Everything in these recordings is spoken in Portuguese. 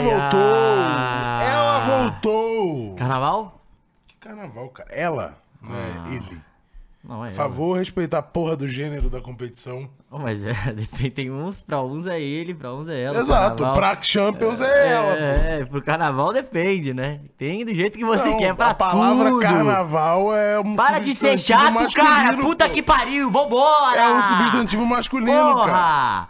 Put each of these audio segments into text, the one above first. voltou! Ela voltou! Carnaval? Que carnaval, cara. Ela, não Ah, é ele. Não, é. ela. Por favor, respeitar a porra do gênero da competição. Ô, mas é, depende, tem uns, pra uns é ele, pra uns é ela. Exato, carnaval- pra Champions é, ela. É, é, pro carnaval depende, né? Tem do jeito que você Não, quer, pra Então, a palavra tudo. carnaval é um Para de ser substantivo chato, cara! masculino, Puta pô. que pariu, vambora! É um substantivo masculino, Porra! cara.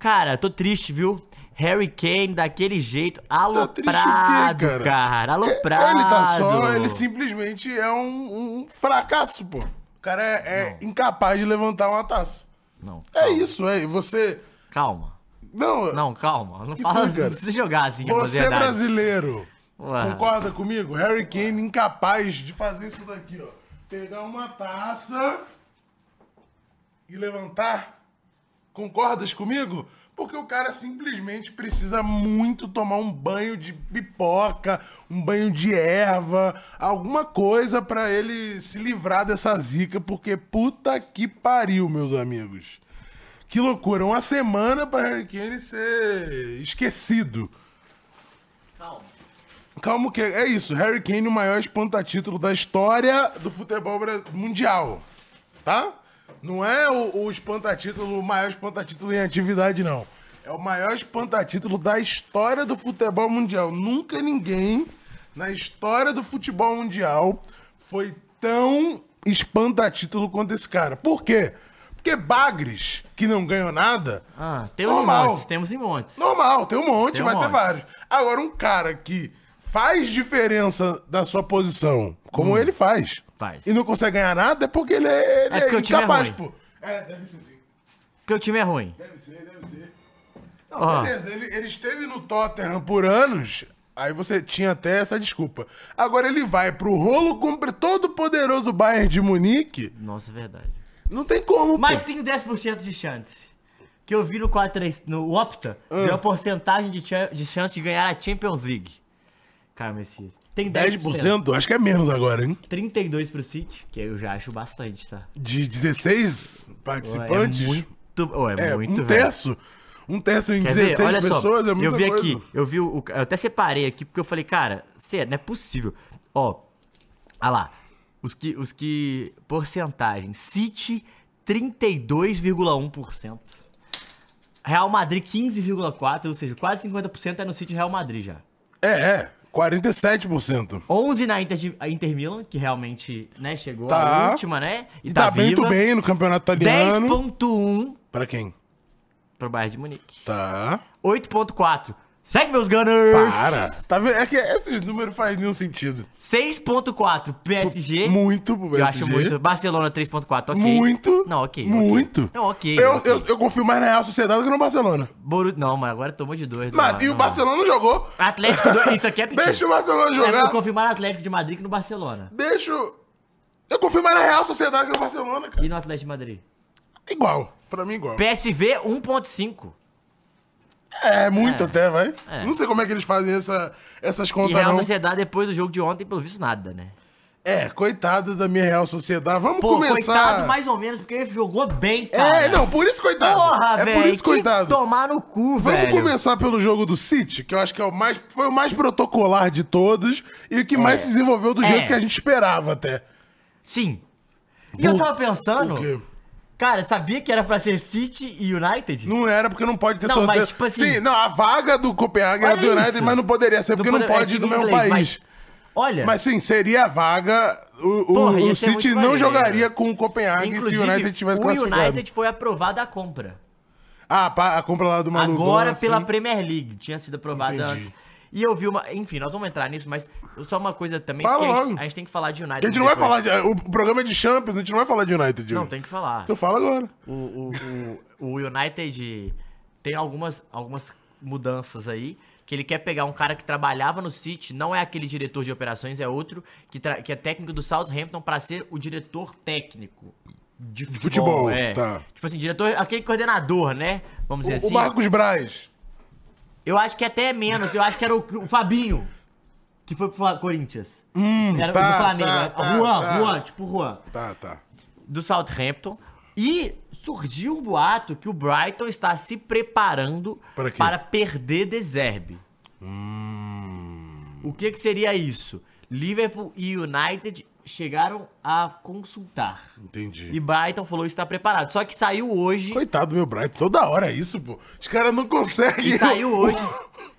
Cara. tô triste, viu? Harry Kane daquele jeito, Tá triste o quê, aloprado, cara? cara? Aloprado. Ele tá só, ele simplesmente é um, um fracasso, pô. O cara é, é incapaz de levantar uma taça. Não, É isso, é. Você. calma. Não, Não, calma. Não Que fala, foi, não cara? precisa jogar assim. com você é propriedade. brasileiro. Ué. Concorda comigo? Harry Kane incapaz de fazer isso daqui, ó. Pegar uma taça e levantar. Concordas comigo? Porque o cara simplesmente precisa muito tomar um banho de pipoca, um banho de erva, alguma coisa pra ele se livrar dessa zica, porque puta que pariu, meus amigos. Que loucura, uma semana pra Harry Kane ser esquecido. Calma. Calma que é isso. Harry Kane, o maior espantatítulo da história do futebol bra- mundial. Tá? Não é o, o espantatítulo, o maior espantatítulo em atividade, não. É o maior espantatítulo da história do futebol mundial. Nunca ninguém na história do futebol mundial foi tão espantatítulo quanto esse cara. Por quê? Porque bagres que não ganham nada, Ah, temos Normal. em montes, temos em montes. Normal, tem um monte, Tem um vai ter monte. vários. Agora, um cara que faz diferença da sua posição, como ele faz, Hum. Faz. e não consegue ganhar nada, é porque ele é, ele É porque é o time é incapaz, ruim. pô. É, deve ser sim. Porque o time é ruim. Deve ser, deve ser. Não, Ó. beleza, ele, ele esteve no Tottenham por anos, aí você tinha até essa desculpa. Agora ele vai pro rolo, cumpre todo poderoso Bayern de Munique, Nossa, é verdade. não tem como, Mas pô. tem 10% de chance. Que eu vi no 4-3, no Opta, Ah. deu a porcentagem de, chan- de chance de ganhar a Champions League. Cara, Messias. Tem 10%. 10%? Acho que é menos agora, hein? 32 pro City, que eu já acho bastante, tá? De 16 participantes. É muito, oh, é, É, muito um velho. terço. Um terço em Quer 16 ver? Olha pessoas só, é muita eu vi coisa. aqui, eu vi o, eu até separei aqui porque eu falei, cara, sério, não é possível. Ó, ah lá, os que, os que porcentagem, City 32,1%. Real Madrid 15,4, ou seja, quase 50% é no City e Real Madrid já. É, é. 47%. 11 na Inter, de- a Inter Milan, que realmente, né, chegou Tá. a última, né? E, E tá, tá, bem viva. muito bem no campeonato italiano. 10.1 Pra quem? pro Bayern de Munique. Tá. 8.4. Segue meus Gunners! Para. Tá vendo? É que esses números fazem nenhum sentido. 6.4 PSG. Muito pro Eu PSG. acho muito. Barcelona 3.4, ok. Muito. Não, ok. ok. Muito. Não, ok. Eu, ok. eu, eu confio mais na Real Sociedade que no Barcelona. Boru... Não, mas agora tomou de dois. Mas, não, e o não. Barcelona não jogou. Atlético, dois- isso aqui é mentira. Deixa o Barcelona É jogar. pra confirmar no Atlético de Madrid que no Barcelona. Deixa o... Eu confio mais na Real Sociedade que no Barcelona, cara. E no Atlético de Madrid. Igual. Pra mim, igual. PSV 1.5. É, muito É. até, vai. É. Não sei como é que eles fazem essa, essas E contas, Real não. Sociedade depois do jogo de ontem, pelo visto, nada, né? É, coitado da minha Real Sociedade. Vamos Pô, começar. coitado mais ou menos, porque ele jogou bem, cara. É, não, por isso, coitado. Porra, é velho. por isso, que coitado. Tomar no cu, Vamos velho. começar pelo jogo do City, que eu acho que é o mais, foi o mais protocolar de todos e o que mais se desenvolveu do É. jeito que a gente esperava até. Sim. E Por- eu tava pensando. Porque Cara, sabia que era pra ser City e United? não era porque não pode ter Não, sorteio. mas, tipo assim- Sim, não, a vaga do Copenhague era Olha do United, isso. mas não poderia ser porque não, poder- é pode ir time do mesmo inglês, país. mas- Olha, Mas sim, seria a vaga. O, o- É. Porra, ia o ser muito City não maneiro. jogaria com o Copenhague inclusive, se o United tivesse o classificado. United foi aprovado a compra. Ah, pá, a compra lá do Maluco. Agora assim. pela Premier League. Tinha sido aprovado Entendi. antes. E eu vi uma... Enfim, nós vamos entrar nisso, mas só uma coisa também. Fala porque a, logo. gente, a gente tem que falar de United. A gente não vai depois. falar de. O programa é de Champions, a gente não vai falar de United. Não, hoje. tem que falar. Então fala agora. O, o, o, o United tem algumas, algumas mudanças aí. Que ele quer pegar um cara que trabalhava no City, não é aquele diretor de operações, é outro, que, tra- que é técnico do Southampton pra ser o diretor técnico de futebol. futebol, é. tá. Tipo assim, diretor, aquele coordenador, né? Vamos dizer O, o assim. Marcos Braz. Eu acho que até é menos, eu acho que era o, o Fabinho, que foi pro Fla- Corinthians. era tá, do Flamengo. tá, né? tá, Juan, tá. Juan, tipo Juan Tá, tá. do Southampton. E surgiu um boato que o Brighton está se preparando Para quê? para perder De Zerbe. Hum, O que, que seria isso? Liverpool e United chegaram a consultar. Entendi. E Brighton falou está preparado. Só que saiu hoje. Coitado do meu Brighton, toda hora é isso, pô. Os caras não conseguem. E saiu hoje.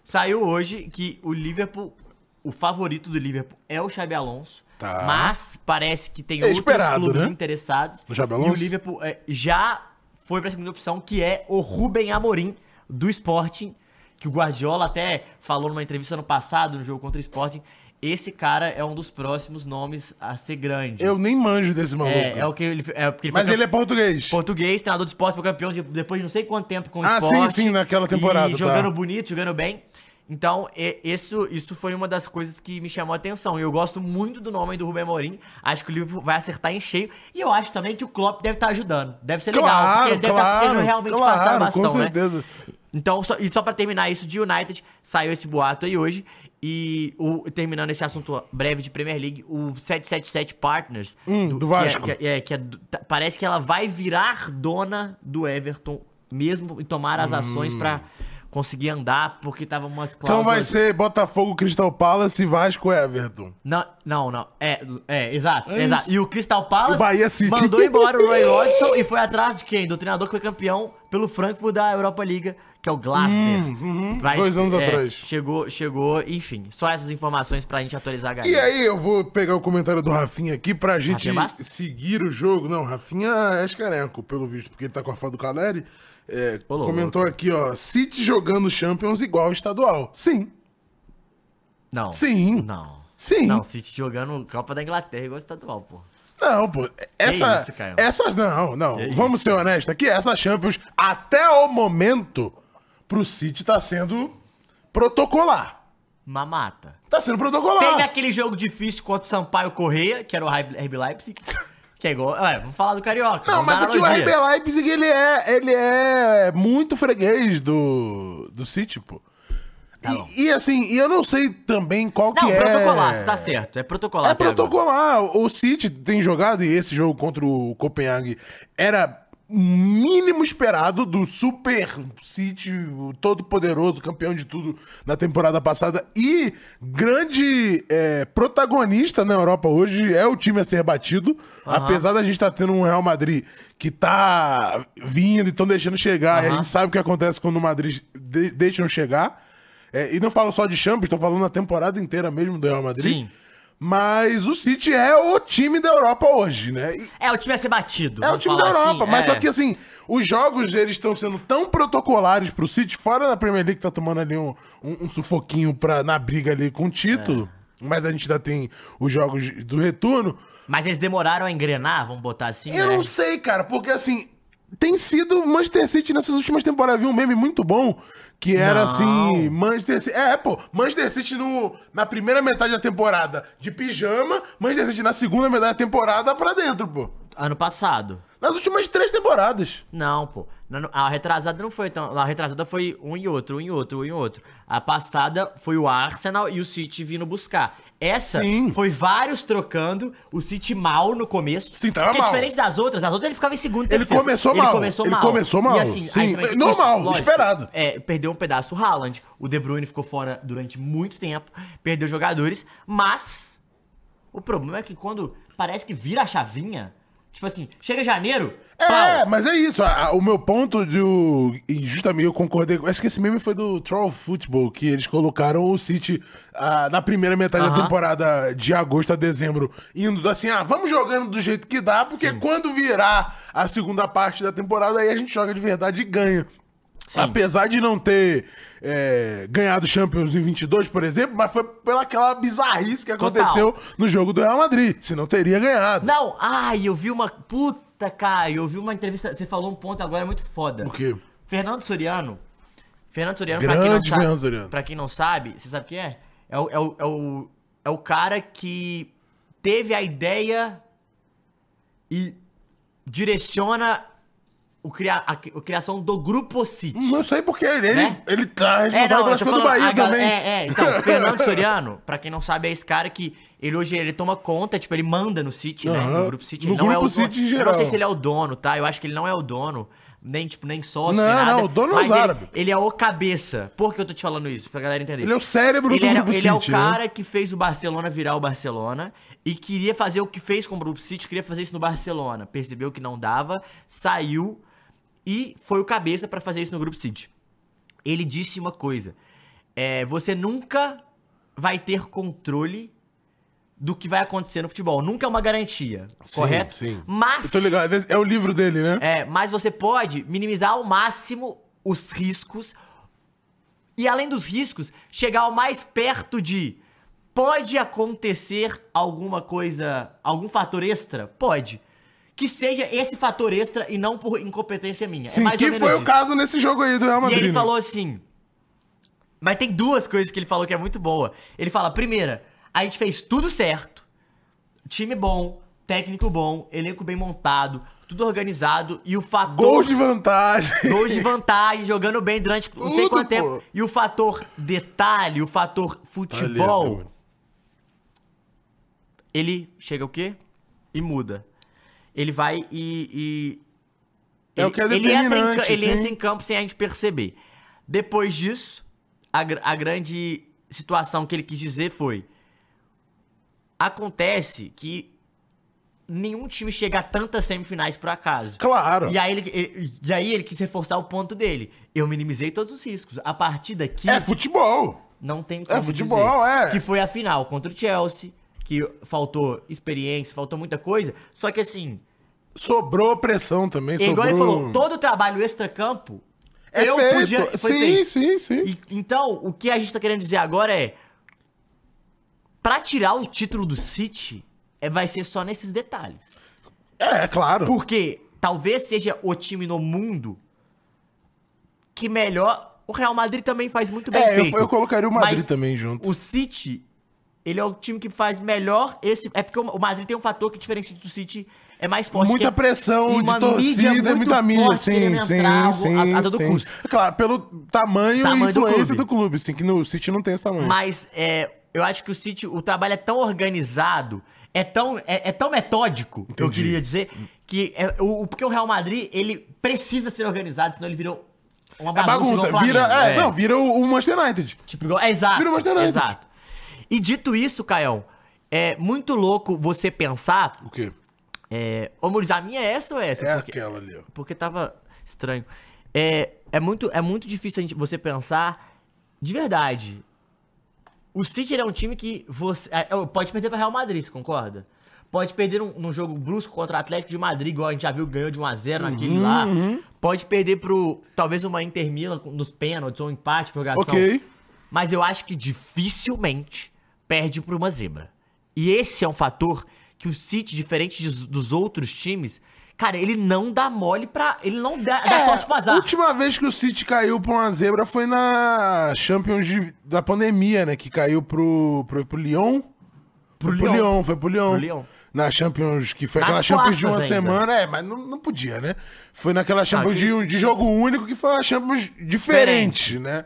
saiu hoje que o Liverpool. O favorito do Liverpool é o Xabi Alonso. Tá. Mas parece que tem É outros esperado, clubes né? interessados. O Xabi e o Alonso? Liverpool é, já foi para a segunda opção, que é o Rubem Amorim, do Sporting. Que o Guardiola até falou numa entrevista no passado, no jogo contra o Sporting. Esse cara é um dos próximos nomes a ser grande. Eu nem manjo desse maluco. É, é o que ele, é porque ele Mas foi ele é português. Português, treinador do esporte, foi campeão de- depois de não sei quanto tempo com o Ah, esporte. sim, sim, naquela temporada, E tá. jogando bonito, jogando bem. Então, e- isso, isso foi uma das coisas que me chamou a atenção. E eu gosto muito do nome do Rubem Morim. Acho que o Liverpool vai acertar em cheio. E eu acho também que o Klopp deve estar ajudando. Deve ser legal, porque ele deve estar querendo realmente passar o bastão, com né? certeza. Então, só, e só pra terminar isso de United, saiu esse boato aí hoje. E o- terminando esse assunto breve de Premier League, o 777 Partners. Hum, do Vasco. Que é, que é- que é do- tá- parece que ela vai virar dona do Everton mesmo e tomar as ações pra conseguir andar, porque tava umas cláusulas. Então vai ser Botafogo, Crystal Palace e Vasco, Everton. Não, não, não. É, é exato, É exato. isso. E o Crystal Palace O Bahia City. mandou embora o Roy Hodgson e foi atrás de quem? Do treinador que foi campeão pelo Frankfurt da Europa Liga, que é o Glasner. Vai- Hum, é. Dois anos atrás. Chegou, chegou, enfim. Só essas informações pra gente atualizar a E galera. aí eu vou pegar o comentário do Rafinha aqui pra gente Rafinha é Bastos? seguir o jogo. Não, Rafinha é escarenco, pelo visto, porque ele tá com a foto do Caleri. É, Ô, louco. comentou aqui, ó, City jogando Champions igual estadual. Sim, Não. Sim. Não. sim. Não, City jogando Copa da Inglaterra igual estadual, pô. Não, pô, essa, isso, Caio? essas não, não. Que Vamos ser honestos aqui, essa Champions, até o momento, pro City tá sendo protocolar. Mamata. Tá sendo protocolar. Teve aquele jogo difícil contra o Sampaio Correia, que era o RB Leipzig. Que é igual. Ué, vamos falar do Carioca. Não, vamos mas dar aqui o analogia. RB Leipzig, ele é, ele é muito freguês do, do City, pô. bom. E, e assim, e eu não sei também qual Não, que é... protocolar, você tá certo. É protocolar. É até agora. protocolar. O City tem jogado, e esse jogo contra o Copenhague era mínimo esperado do super City, o todo poderoso, campeão de tudo na temporada passada e grande é, protagonista na Europa hoje é o time a ser batido, apesar da gente estar tendo um Real Madrid que tá vindo e estão deixando chegar, e a Aham. gente sabe o que acontece quando o Madrid de- deixam chegar, É, e não falo só de Champions, tô falando na temporada inteira mesmo do Real Madrid, Sim. mas o City é o time da Europa hoje, né? E É, o time ia ser batido. é o vamos time da falar Europa, assim, mas é. só que assim, os jogos eles estão sendo tão protocolares pro City, fora da Premier League que tá tomando ali um, um, um sufoquinho pra, na briga ali com o título, É. mas a gente ainda tem os jogos do retorno. Mas eles demoraram a engrenar, vamos botar assim, Eu né? não sei, cara, porque assim, tem sido o Manchester City nessas últimas temporadas. Eu Vi um meme muito bom que era Não. assim: Manchester City. É, pô, Manchester City no, na primeira metade da temporada de pijama, Manchester City na segunda metade da temporada pra dentro, pô. Ano passado. Nas últimas três temporadas. Não, pô. Não, não, A retrasada não foi tão. A retrasada foi um e outro, um e outro, um e outro. A passada foi o Arsenal e o City vindo buscar. Essa Sim. foi vários trocando, o City mal no começo. Sim, tava Porque mal. diferente das outras, das outras ele ficava em segundo, Ele começou mal, Começou ele mal. começou mal, E assim, sim. aí você vai- É normal, esperado. É, perdeu um pedaço o Haaland, o De Bruyne ficou fora durante muito tempo, perdeu jogadores, mas o problema é que quando parece que vira a chavinha, tipo assim, chega janeiro, É, pau. mas é isso. A- a- o meu ponto de. o- E justamente eu concordei. com- Acho que esse meme foi do Troll Football, que eles colocaram o City ah, na primeira metade da Aham. temporada de agosto a dezembro, indo assim, ah, vamos jogando do jeito que dá, porque quando virar a segunda parte da temporada, aí a gente joga de verdade e ganha. Sim. Apesar de não ter é, ganhado Champions em 22, por exemplo, mas foi pela aquela bizarrice que Total. aconteceu no jogo do Real Madrid, se não teria ganhado. Não, ai, eu vi uma. Puta, Caio, eu vi uma entrevista. Você falou um ponto agora muito foda. O quê? Fernando Soriano. Fernando Soriano, pra quem não Grande sabe. Fernando Soriano. Pra quem não sabe, você sabe quem é? É o, é o, é o, é o cara que teve a ideia e direciona o cria, a, a criação do Grupo City. Não eu sei porque ele, ele, Né? ele traz É, não, eu pelas tô coisas do falando, a Bahia gal- também. É, é, então, Fernando Soriano, pra quem não sabe, é esse cara que ele hoje ele toma conta, tipo, ele manda no City, né? Aham. No grupo City, No ele não é o grupo dono. City em Eu não sei geral. se ele é o dono, tá? Eu acho que ele não é o dono, nem, tipo, nem sócio, Não, nem nada. não, o dono é mas os ele- árabes. Ele, é o cabeça. Por que eu tô te falando isso? Pra galera entender. Ele é o cérebro Ele, do era- grupo ele é o City, né? cara que fez o Barcelona virar o Barcelona e queria fazer o que fez com o Grupo City, queria fazer isso no Barcelona. Percebeu que não dava, saiu e foi o cabeça pra fazer isso no Grupo City. Ele disse uma coisa: é, você nunca vai ter controle do que vai acontecer no futebol. Nunca é uma garantia, Sim, correto? sim. Mas Eu tô ligado, é o livro dele, né? é, mas você pode minimizar ao máximo os riscos e além dos riscos, chegar ao mais perto de pode acontecer alguma coisa, algum fator extra? Pode. Que seja esse fator extra e não por incompetência minha. é Sim, mais ou Assim, que menos foi isso. o caso nesse jogo aí do Real E Madrid. ele né? falou assim. Mas tem duas coisas que ele falou que é muito boa. Ele fala, primeira, a gente fez tudo certo. Time bom, técnico bom, elenco bem montado, tudo organizado e o fator Gol de vantagem. Gols de vantagem, jogando bem durante não sei Tudo, quanto tempo. pô. E o fator detalhe, o fator futebol, ele chega o quê? E muda. Ele vai e. e- É o que é ele entra, em, determinante, ca- ele sim. entra em campo sem a gente perceber. Depois disso, a, gr- a grande situação que ele quis dizer foi. Acontece que nenhum time chega a tantas semifinais por acaso. Claro. E aí, ele, e- e aí ele quis reforçar o ponto dele. Eu minimizei todos os riscos. A partir daqui, É futebol. não tem É futebol, é. Que foi a final contra o Chelsea, que faltou experiência, faltou muita coisa. Só que assim, Sobrou pressão também, é sobrou... um- igual ele falou, todo o trabalho extra-campo, é eu feito. podia... Foi sim, feito. sim, sim. E- então, o que a gente tá querendo dizer agora é... Pra tirar o título do City, é, vai ser só nesses detalhes. É, é claro. Porque talvez seja o time no mundo que melhor. O Real Madrid também faz muito bem É, eu, feito. eu colocaria o Madrid Mas também junto. O City, ele é o time que faz melhor esse. É porque o Madrid tem um fator que, diferente do City, é mais forte. que é- Muita e pressão uma de torcida, é mídia muito muita mídia, forte sim, querendo sim, entrar sim. A, a todo sim. custo. Claro, pelo tamanho, Tamanho e do influência clube. do clube. sim, que no City não tem esse tamanho. Mas é, eu acho que o City, o trabalho é tão organizado, é tão, é, é tão metódico, eu Entendi. queria dizer, que é, o, o- porque o Real Madrid, ele precisa ser organizado, senão ele virou uma é bagunça. bagunça, igual o vira, Flamengo, é, não, vira o, o Manchester United. Tipo, igual, é, exato. Vira o Manchester United. Exato. E dito isso, Caião, é muito louco você pensar. O quê? É, ô, Muris, a minha é essa ou é essa? É Porque- aquela ali, ó. porque tava estranho. É, é, muito, é muito difícil a gente- você pensar de verdade. O City ele é um time que você é, é, pode perder para Real Madrid, você concorda? Pode perder um- num jogo brusco contra o Atlético de Madrid, igual a gente já viu, ganhou de 1x0 Uhum, naquele lá. Pode perder pro, talvez, uma Inter Milan com- nos pênaltis ou um empate, prorrogação. Ok. Mas eu acho que dificilmente perde por uma zebra. E esse é um fator que o City, diferente de- dos outros times, cara, ele não dá mole pra. Ele não dá, dá É, sorte pro azar. última vez que o City caiu pra uma zebra foi na Champions de- da pandemia, né? Que caiu pro, pro, pro Lyon. Foi Pro Lyon, foi pro Lyon. Pro Lyon. Na Champions, que foi Nas aquela Champions de uma quartas ainda. semana, é, mas não, não podia, né? Foi naquela Champions que- de, de jogo único que foi uma Champions diferente, né?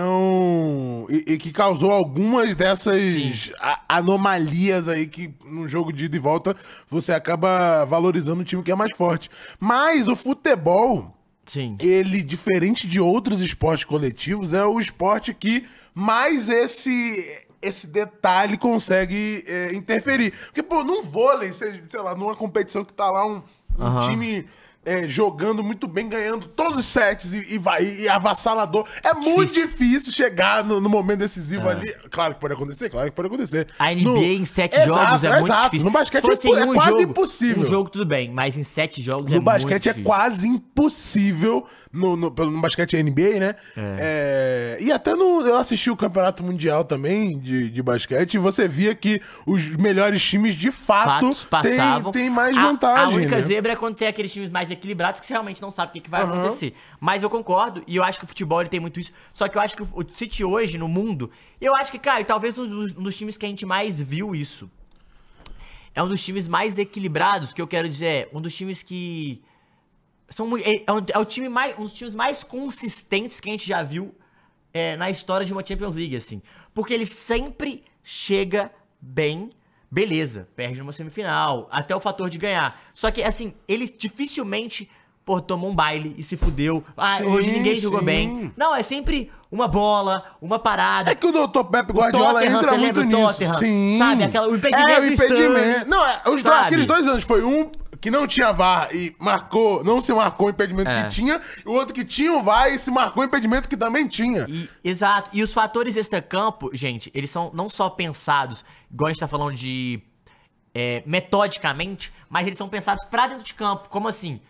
Então. E, e que causou algumas dessas Sim. a- anomalias aí que num jogo de ida e volta você acaba valorizando o time que é mais forte. Mas o futebol Sim. ele, diferente de outros esportes coletivos, é o esporte que mais esse esse detalhe consegue é, interferir. Porque, pô, num vôlei, sei, sei lá, numa competição que tá lá um, um Aham. time é, jogando muito bem, ganhando todos os sets e, e vai e avassalador. É muito difícil chegar no, no momento decisivo ali. Claro que pode acontecer, claro que pode acontecer. É. A NBA No- em sete Exato, jogos é muito exato. difícil. No basquete Se fosse é, em é quase jogo, impossível. Um jogo tudo bem, mas em sete jogos é No muito basquete é difícil. quase impossível, no, no, pelo- no basquete NBA, né? É, e até no, eu assisti o Campeonato Mundial também de, de basquete e você via que os melhores times, de fato, Fatos têm passavam. têm mais A- vantagem. A única né? zebra é quando tem aqueles times mais equilibrados que você realmente não sabe o que, que vai acontecer. Mas eu concordo, e eu acho que o futebol ele tem muito isso. Só que eu acho que o City hoje, no mundo, eu acho que, cara, talvez um dos, um dos times que a gente mais viu isso. É um dos times mais equilibrados, que eu quero dizer, é um dos times que. São, mui- é, é um- é o time mais, um dos times mais consistentes que a gente já viu é, na história de uma Champions League, assim. Porque ele sempre chega bem, beleza, perde numa semifinal, até o fator de ganhar. Só que, assim, ele dificilmente pô, tomou um baile e se fudeu. Ah, Sim, hoje ninguém jogou sim. bem. Não, é sempre uma bola, uma parada. É que o Dr. Pepe Guardiola Tottenham, entra você muito lembra do nisso. Tottenham? Sim. Sabe, aquela- o impedimento É, o do impedimento. Sterling, Não, é, os dois, sabe? aqueles dois anos. Foi um que não tinha VAR e marcou, não se marcou o impedimento É. que tinha. E o outro que tinha o VAR e se marcou o impedimento que também tinha. E- exato. E os fatores extracampo, gente, eles são não só pensados, igual a gente tá falando de. é, metodicamente, mas eles são pensados pra dentro de campo. Como assim?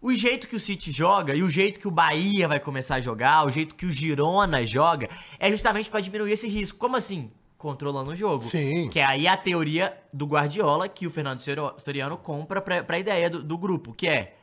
O jeito que o City joga e o jeito que o Bahia vai começar a jogar, o jeito que o Girona joga, é justamente pra diminuir esse risco. Como assim? Controlando o jogo. Sim. Que é aí a teoria do Guardiola que o Fernando Soro- Soriano compra pra, pra ideia do, do grupo, que é,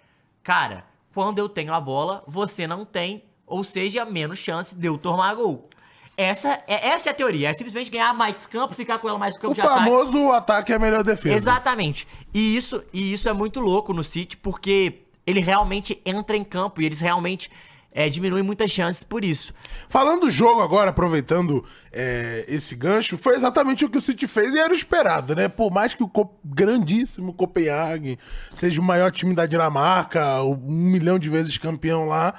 cara, quando eu tenho a bola, você não tem, ou seja, menos chance de eu tomar gol. Essa é, essa é a teoria, é simplesmente ganhar mais campo, ficar com ela mais no campo O de ataque. famoso ataque é a melhor defesa. Exatamente. E isso, e isso é muito louco no City, porque ele realmente entra em campo e eles realmente é, diminuem muitas chances por isso. Falando do jogo agora, aproveitando é, esse gancho, foi exatamente o que o City fez e era o esperado, né? Por mais que o co- grandíssimo Copenhague seja o maior time da Dinamarca, o- um milhão de vezes campeão lá,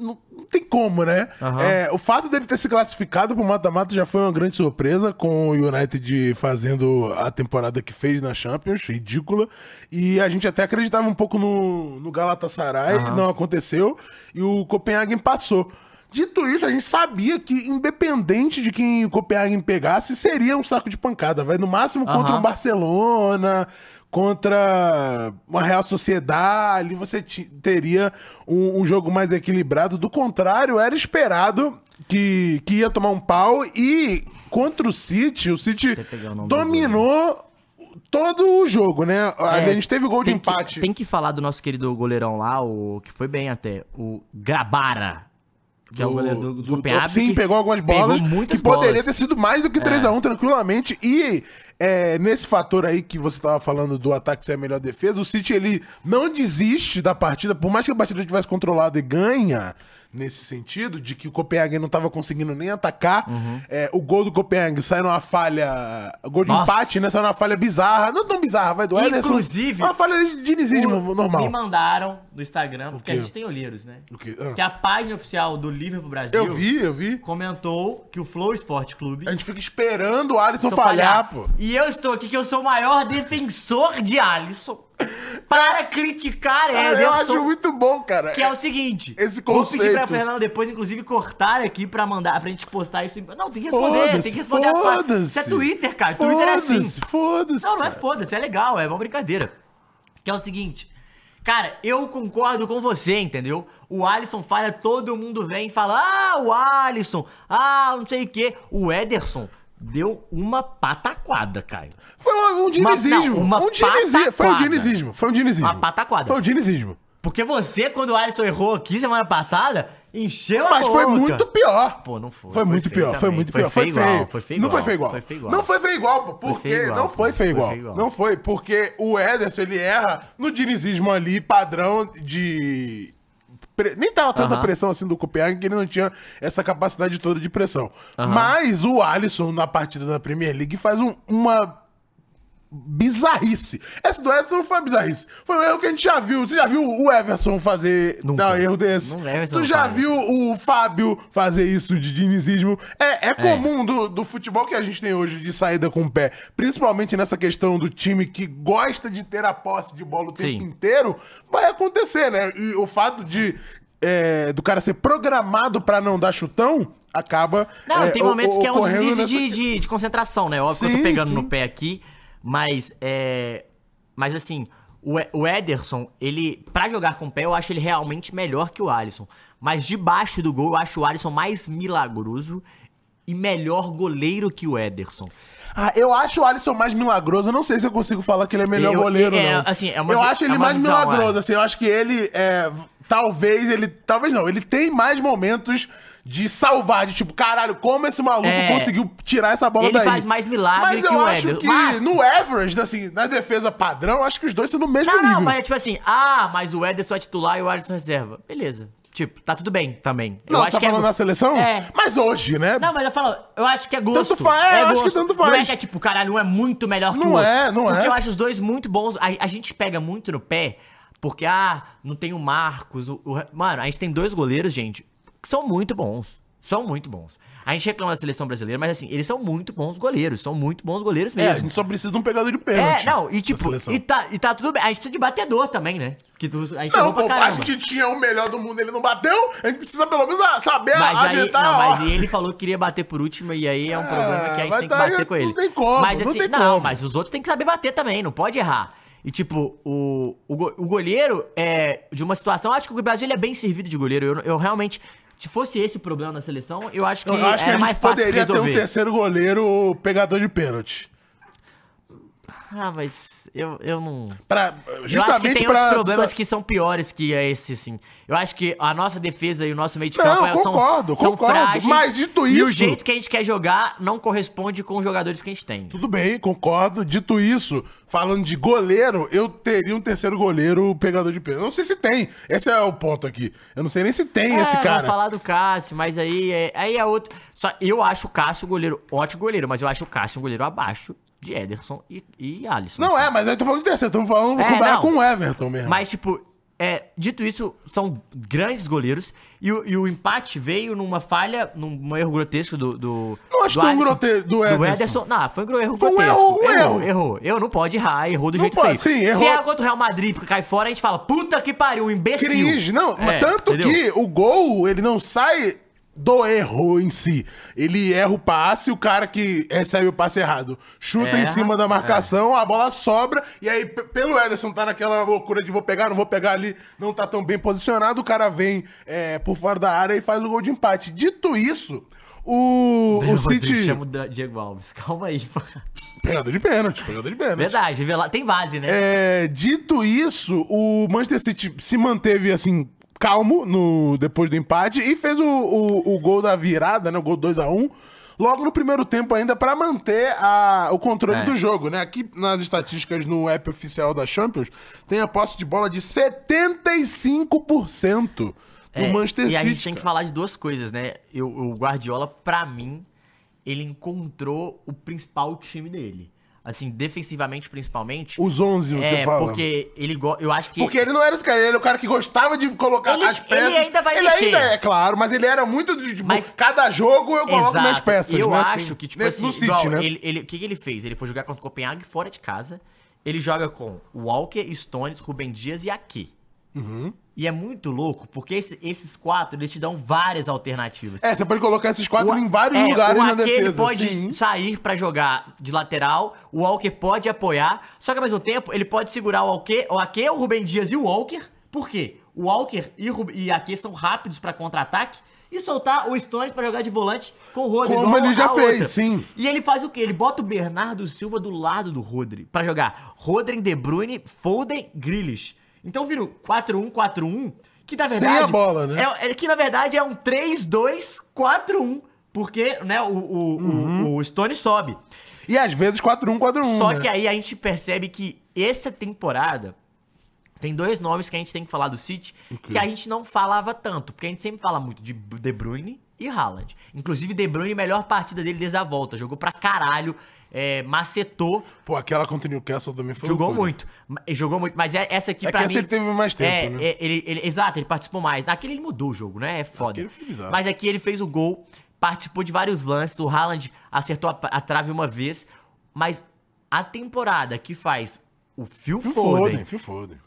não, não tem como, né? Aham. É, o fato dele ter se classificado pro mata-mata já foi uma grande surpresa, com o United fazendo a temporada que fez na Champions, ridícula. E a gente até acreditava um pouco no, no Galatasaray, não aconteceu, e o Copenhagen passou. Dito isso, a gente sabia que, independente de quem o Copenhagen pegasse, seria um saco de pancada. Vai no máximo contra Aham. um Barcelona, contra uma Real Sociedade, ali você ti- teria um, um jogo mais equilibrado. Do contrário, era esperado que, que ia tomar um pau e contra o City, o City pegar o nome do dominou todo o jogo, né? a É, gente teve gol de Tem que- empate. tem que falar do nosso querido goleirão lá, o que foi bem até, o Grabara. Que é o Do- goleiro do, do, do- Copenhague, Sim, que pegou algumas pegou bolas. muitas que poderia bolas. É. ter sido mais do que 3x1 tranquilamente. E é, nesse fator aí que você tava falando do ataque ser a melhor defesa, o City ele não desiste da partida, por mais que a partida tivesse controlada e ganha, nesse sentido, de que o Copenhague não tava conseguindo nem atacar. Uhum. É, o gol do Copenhague sai numa falha. Gol de Nossa. empate, né? Sai numa falha bizarra. Não tão bizarra, vai do Ederson. Inclusive, Uma falha de dinizismo Me normal. mandaram no Instagram, porque a quê? gente tem olheiros, né? O quê? Ah. Que a página oficial do Liverpool Brasil Eu vi, eu vi. comentou que o Flow Sport Clube A gente fica esperando o Alisson Só falhar, pô. E eu estou aqui que eu sou o maior defensor de Alisson para criticar Cara, Ah, eu acho Ederson, muito bom, cara. que é o seguinte. Esse Vou pedir pra conceito. Fernanda depois, inclusive, cortar aqui pra mandar, pra gente postar isso. Não, tem que responder, tem que responder as foda-se. páginas. Isso é Twitter, cara. Twitter é assim. Foda-se, Foda-se. Não, não é cara. foda-se, é legal, é uma brincadeira. Que é o seguinte, cara, eu concordo com você, entendeu? O Alisson falha, todo mundo vem e fala, ah, o Alisson, ah, não sei o quê. O Ederson deu uma pataquada, Caio. Foi um, um dinizismo. não, uma um dinizismo. Foi um pataquada. dinizismo. Foi um dinizismo. Uma pataquada. Foi um dinizismo. Porque você, quando o Alisson errou aqui semana passada, encheu a Mas boca. foi muito pior. Pô, não foi, Foi, foi muito feio pior, foi também. muito Foi pior. Foi feio feio. igual, foi feio Não igual, foi feio igual. foi feio igual. Não foi feio igual, pô. Foi feio Por quê? igual, Não foi pô. feio Foi igual. feio igual. Não foi, porque o Ederson, ele erra no dinizismo ali, padrão de... pre- Nem tava tanta Aham. pressão assim do Copenhague, que ele não tinha essa capacidade toda de pressão. Aham. Mas o Alisson, na partida da Premier League, faz um- uma bizarrice. Essa do Ederson foi uma bizarrice. Foi um erro que a gente já viu. Você já viu o Everson fazer Nunca. dar um erro desse? Não, Everson tu não já faz. viu o Fábio fazer isso de dinizismo? É, é comum do, do futebol que a gente tem hoje de saída com o pé, principalmente nessa questão do time que gosta de ter a posse de bola o tempo Sim. inteiro, vai acontecer, né? E o fato de é, do cara ser programado pra não dar chutão acaba Não, tem o- momentos que é um ocorrendo deslize de, nessa- de, de concentração, né? Óbvio que eu Sim, tô pegando sim. no pé aqui, mas é. Mas assim, o, E- o Ederson, ele. Pra jogar com o pé, eu acho ele realmente melhor que o Alisson. Mas debaixo do gol, eu acho o Alisson mais milagroso e melhor goleiro que o Ederson. Ah, eu acho o Alisson mais milagroso. Eu não sei se eu consigo falar que ele é melhor Eu- goleiro, é, não. assim, é uma eu vi- acho ele é uma mais visão, milagroso. é. Assim, eu acho que ele é. Talvez ele. Talvez não. Ele tem mais momentos de salvar, de tipo, caralho, como esse maluco É. conseguiu tirar essa bola Ele daí. faz mais milagre Mas que eu o acho Ederson. que Mas- no average, assim, na defesa padrão, eu acho que os dois são no mesmo Não, nível. não, mas é tipo assim, ah, mas o Ederson é titular e o Alisson é reserva. Beleza. Tipo, tá tudo bem também. Eu Não, acho tá que é falando go- na seleção? É. Mas hoje, né? Não, mas eu falo, eu acho que é gosto. Tanto faz, eu acho que tanto faz. Não é que é tipo, caralho, um é muito melhor que Não o outro. é, não é. Porque eu acho os dois muito bons. A, a gente pega muito no pé Porque, ah, não tem o Marcos. o- o- Mano, a gente tem dois goleiros, gente, que são muito bons. São muito bons. A gente reclama da seleção brasileira, mas assim, eles são muito bons goleiros. São muito bons goleiros É, a mesmo. gente só precisa de um pegador de É, pênalti. não, e da tipo, seleção. e tá, e tá tudo bem. A gente precisa de batedor também, né? Que tu- a gente Não, não, pô, pra a caramba. gente tinha o melhor do mundo, ele não bateu. A gente precisa pelo menos ah, saber Mas aí, ajeitar não, a mas hora. ele falou que queria bater por último e aí é um É, problema que a gente mas tem que daí bater com não ele. tem como, mas não assim, tem não, como. mas os outros têm que saber bater também, não pode errar. E tipo, o, o, go- o goleiro é de uma situação, acho que o Brasil ele é bem servido de goleiro. Eu, eu realmente, se fosse esse o problema na seleção, eu acho que, Eu acho que era a mais gente fácil poderia ter um resolver. terceiro goleiro pegador de pênalti. ah, mas eu, eu não. Pra, eu acho que justamente tem pra outros problemas situa- que são piores que é esse, assim. Eu acho que a nossa defesa e o nosso meio de campo Não, é- são, concordo, são concordo. frágeis. Mas dito E o isso- jeito que a gente quer jogar não corresponde com os jogadores que a gente tem. Tudo bem, concordo. Dito isso, falando de goleiro, eu teria um terceiro goleiro pegador de pênalti. Eu não sei se tem. Esse é o ponto aqui. Eu não sei nem se tem É, esse Vamos cara. falar do Cássio, mas aí é, aí é outro. Só, eu acho o Cássio um goleiro, ótimo goleiro, mas eu acho o Cássio um goleiro abaixo de Ederson e, e Alisson. Não é, mas eu tô falando de terceiro. Estamos falando É, com, não. com o Everton mesmo. Mas, tipo, é, dito isso, são grandes goleiros. E o, e o empate veio numa falha, num erro grotesco do. do Não acho do tão Alisson, grotesco do Ederson. Não, foi um erro Foi um grotesco. erro, um errou, erro. errou. Eu não pode errar, errou do Não jeito feio. pode, sim, Se errou. erra contra o Real Madrid porque cai fora, a gente fala, puta que pariu, um imbecil. cringe. Não, É, mas tanto entendeu? que o gol, ele não sai do erro em si. Ele erra o passe, o cara que recebe o passe errado chuta Erra, é. em cima da marcação, a bola sobra, e aí, p- pelo Ederson tá naquela loucura de vou pegar, não vou pegar ali, não tá tão bem posicionado, o cara vem é, por fora da área e faz o gol de empate. Dito isso, o, Breno o Rodrigues City... Chama o Da- Diego Alves. Calma aí. pô. Pegador de pênalti, pegador de pênalti. Verdade, revela- tem base, né? É, dito isso, o Manchester City se manteve assim calmo no depois do empate e fez o, o, o gol da virada, né, o gol 2 a 1 logo no primeiro tempo ainda para manter a- o controle É. do jogo, né? Aqui nas estatísticas no app oficial da Champions, tem a posse de bola de 75% do É, Manchester e City. a gente tem que cara. falar de duas coisas, né? Eu- o Guardiola, pra mim, ele encontrou o principal time dele. Assim, defensivamente, principalmente. Os 11 você é, fala. porque ele go- eu acho que Porque ele não era esse cara, ele era o cara que gostava de colocar Ele- as peças. ele ainda vai Ele mexer. ainda é, claro, mas ele era muito de, tipo, Mas- cada jogo eu coloco minhas peças, Eu né, acho assim, que, tipo nesse- assim, no City, igual, né? ele, ele- o que, que ele fez? Ele foi jogar contra o Copenhague fora de casa. Ele joga com Walker, Stones, Rubem Dias e Aki. Uhum. E é muito louco, porque esse- esses quatro, eles te dão várias alternativas. É, você pode colocar esses quatro O- em vários é, lugares o na Ake, ele defesa. pode sim. sair pra jogar de lateral, o Walker pode apoiar, só que ao mesmo tempo ele pode segurar o Ake, o Ake, o Rubem Dias e o Walker. Por quê? O Walker e, Rub- e Ake são rápidos pra contra-ataque e soltar o Stones pra jogar de volante com o Rodri. Como igual ele já a fez, sim. E ele faz o quê? Ele bota o Bernardo Silva do lado do Rodri pra jogar Rodri, De Bruyne, Foden, Grealish. Então vira o 4-1-4-1, que na Sem verdade... a bola, né? é é, é que na verdade é um 3-2-4-1. Porque, né, o, o, Uhum. o- o Stone sobe. E às vezes 4-1, 4-1. Só né? que aí a gente percebe que essa temporada tem dois nomes que a gente tem que falar do City que a gente não falava tanto. Porque a gente sempre fala muito de B- De Bruyne e Haaland. Inclusive, De Bruyne, melhor partida dele desde a volta. Jogou pra caralho, é, macetou. Pô, aquela contra o Newcastle também foi um Jogou loucura. muito. Ma- Jogou muito. Mas é- essa aqui, É pra que mim... essa ele teve mais tempo, é, né? é, ele, ele- exato, ele participou mais. Naquele ele mudou o jogo, né? É foda. Naquele foi bizarro. Mas aqui ele fez o gol, participou de vários lances. O Haaland acertou a, a trave uma vez. Mas a temporada que faz o Phil, Fio Foden... Foden, fio Foden.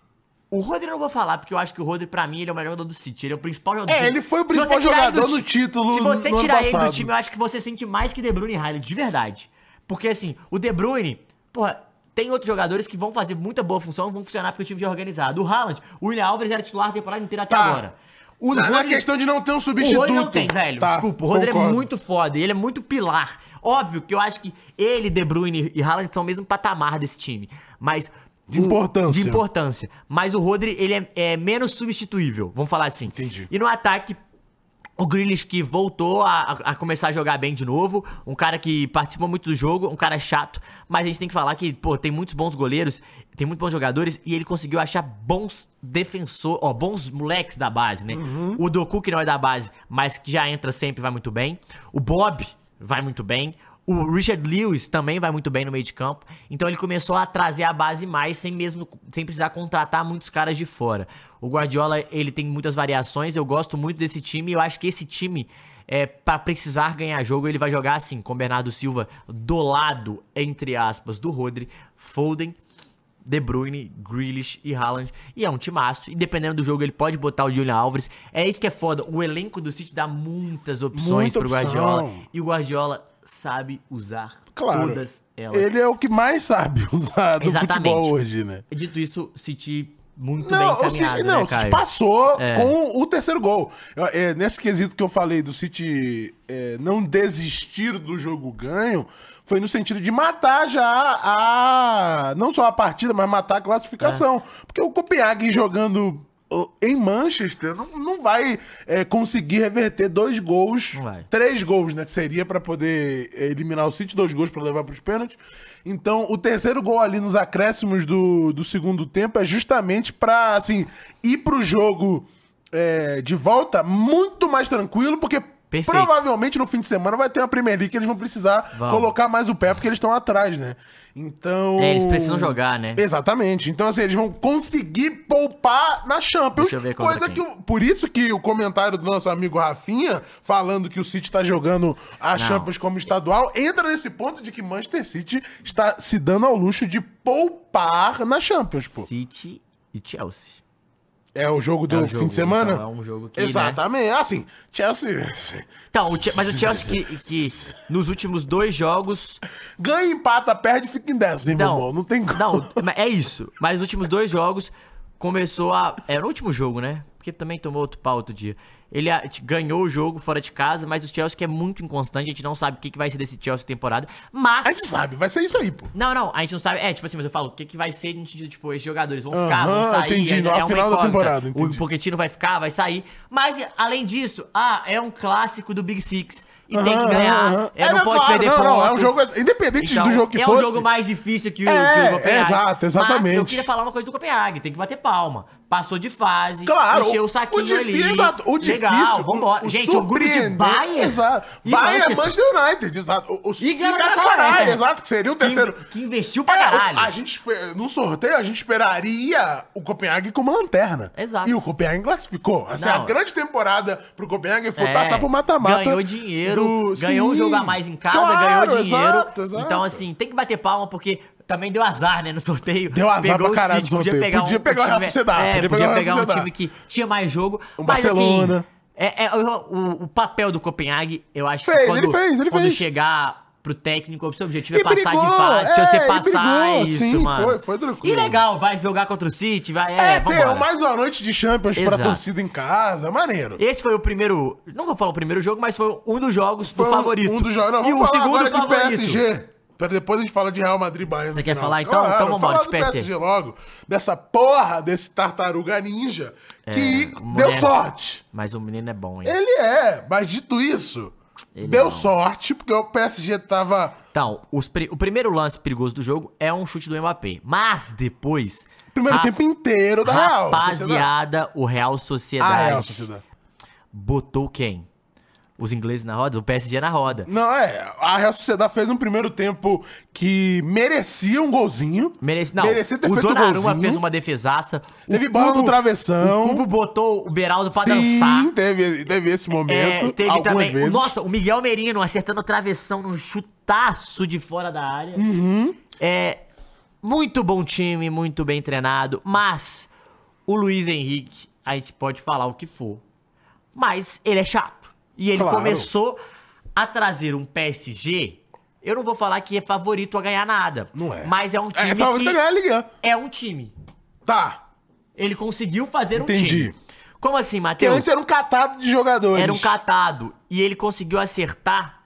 O Rodri eu não vou falar, porque eu acho que o Rodri, pra mim, ele é o melhor jogador do City. Ele é o principal jogador É, do City. ele foi o Se você principal tirar ele jogador ti- do título Se você no ano tirar ele do passado. time, eu acho que você sente mais que De Bruyne e Haaland, de verdade. Porque, assim, o De Bruyne, porra, tem outros jogadores que vão fazer muita boa função, vão funcionar porque o time já é organizado. O Haaland, o William Alves era titular a temporada inteira até Tá. agora. O Na, na Rodri- questão de não ter um o substituto. Rodri não tem, velho. Tá, Desculpa, o Rodri é concordo. muito foda. Ele é muito pilar. Óbvio que eu acho que ele, De Bruyne e Haaland são o mesmo patamar desse time. Mas. De o- importância. De importância. Mas o Rodri, ele é, é menos substituível, vamos falar assim. Entendi. E no ataque. O Grealish que voltou a, a- a começar a jogar bem de novo, um cara que participa muito do jogo, um cara chato, mas a gente tem que falar que, pô, tem muitos bons goleiros, tem muitos bons jogadores e ele conseguiu achar bons defensores, ó, bons moleques da base, né? O Doku que não é da base, mas que já entra sempre e vai muito bem. O Bob vai muito bem. O Richard Lewis também vai muito bem no meio de campo. Então ele começou a trazer a base mais sem mesmo sem precisar contratar muitos caras de fora. O Guardiola, ele tem muitas variações. Eu gosto muito desse time. Eu acho que esse time é para precisar ganhar jogo, ele vai jogar assim, com Bernardo Silva do lado entre aspas do Rodri, Foden, de Bruyne, Grealish e Haaland. E é um timaço. E dependendo do jogo, ele pode botar o Julian Alves. É isso que é foda. O elenco do City dá muitas opções Muita pro opção. Guardiola. E o Guardiola sabe usar Claro. todas elas. Ele é o que mais sabe usar do Exatamente. futebol hoje, né? Dito isso, City muito bem Não, o encaminhado, City, não, né, o City Caio? passou com o terceiro gol. Eu- é, nesse quesito que eu falei do City é, não desistir do jogo ganho, foi no sentido de matar já a. Não só a partida, mas matar a classificação. É. Porque o Copenhague jogando ó, em Manchester não, não vai é, conseguir reverter dois gols, Não vai. três gols, né? Que seria pra poder é, eliminar o City, dois gols pra levar pros pênaltis. Então, o terceiro gol ali nos acréscimos do, do segundo tempo é justamente pra, assim, ir pro jogo é, de volta muito mais tranquilo, porque Perfeito. provavelmente no fim de semana vai ter uma Premier League que eles vão precisar Vão. colocar mais o pé, porque eles estão atrás, né? Então. É, eles precisam jogar, né? Exatamente. Então, assim, eles vão conseguir poupar na Champions. Deixa eu ver contra coisa quem. que. o- Por isso que o comentário do nosso amigo Rafinha, falando que o City tá jogando a Não. Champions como estadual, entra nesse ponto de que Manchester City está se dando ao luxo de poupar na Champions, pô. City e Chelsea. É o jogo do É o fim jogo, de semana? então é um jogo que, né? Exatamente. Assim, Chelsea Então, o Che- mas o Chelsea que, que nos últimos dois jogos ganha, empata, perde, fica em décimo, Não. irmão. Não tem como. Não, mas é isso. Mas os últimos dois jogos começou a. Era o último jogo, né? Porque também tomou outro pau outro dia. Ele a- t- ganhou o jogo fora de casa, mas o Chelsea que é muito inconstante, a gente não sabe o que, que vai ser desse Chelsea temporada. Mas. A gente sabe, vai ser isso aí, pô. Não, não, a gente não sabe. É, tipo assim, mas eu falo, o que, que vai ser no sentido, tipo, esses jogadores vão Aham, ficar, vão sair. entendi, é, no é uma final da incógnita. temporada, O entendi. Pochettino vai ficar, vai sair. Mas, e- além disso, ah, é um clássico do Big Six. E tem que Aham, ganhar. aham. É, não, não, pode claro, perder não, ponto. Não, é um jogo, independente Então, do jogo que é fosse. um jogo mais difícil que o, É, que o Copenhague. exato, Mas exatamente. eu queria falar uma coisa do Copenhague, tem que bater palma. Passou de fase, Claro, encheu o- o saquinho o difícil, é ali. exato, o difícil, Legal, o- vambora. o Gente, o grupo de surpreender, Bayern Exato. e Bayern, é Manchester. Manchester United, exato. O, o, E Galatasaray, né? exato, que seria o terceiro. que, que investiu pra É, o- caralho. a gente, espe- no sorteio, a gente esperaria o Copenhague como lanterna. Exato. E o Copenhague classificou. Assim, Não. a grande temporada pro Copenhague foi É, passar pro mata-mata. Ganhou dinheiro, do- ganhou um Sim. jogo a mais em casa, Claro, ganhou dinheiro. exato, exato. Então, assim, tem que bater palma, porque também deu azar, né, no sorteio. Deu azar Pegou o pra caralho City, no podia sorteio. pegar Podia um pegar o Real time, Sociedade, é, podia podia, pegar o Real pegar um Sociedade. time que tinha mais jogo. Um mas, Barcelona. assim, é, é, o, o- o papel do Copenhague, eu acho que Fez, quando, ele fez, ele quando fez. chegar pro técnico, o seu objetivo é E passar de brigou, fase. é, se você e passar, brigou, é isso, sim, mano. foi- foi tranquilo. E legal, vai jogar contra o City, vai, é, É, vambora. tem mais uma noite de Champions Exato. pra torcida em casa, maneiro. Esse foi o primeiro. Não vou falar o primeiro jogo, mas foi um dos jogos Foi do um- favorito. Um dos jogos. Não, E vamos o falar segundo agora de favorito. PSG. Pra depois a gente fala de Real Madrid e Bahia. Você quer falar, então? Então vambora, falar de do PSG. PSG. logo. Dessa porra desse tartaruga ninja É, que o deu moleque. sorte. Mas o menino é bom, hein? Ele é, mas dito isso, Ele deu não. sorte porque o PSG tava Então, os pri- o primeiro lance perigoso do jogo é um chute do Mbappé. Mas depois. primeiro ra- tempo inteiro da Real. Sociedade. Rapaziada, o Real Ah, Sociedade Real Sociedade. botou quem? Os ingleses na roda? O PSG na roda. Não, é. A Real Sociedade fez um primeiro tempo que merecia um golzinho. Merece, não, Merecia ter o feito Donnaruma golzinho. fez uma defesaça. o Teve bola no travessão. O Cubo botou o Beraldo pra Sim, dançar. teve, teve esse momento. É, teve algumas também. vezes. Nossa, o Miguel Merino acertando a travessão num chutaço de fora da área. Uhum. É. Muito bom time, muito bem treinado. Mas o Luiz Henrique, a gente pode falar o que for. Mas ele é chato. E ele Claro. começou a trazer um PSG. Eu não vou falar que é favorito a ganhar nada. Não é. Mas é um time É, pra que você ganhar a Liga. é um time. Tá. Ele conseguiu fazer um time. Entendi. Como assim, Porque Matheus? antes era um catado de jogadores. Era um catado. E ele conseguiu acertar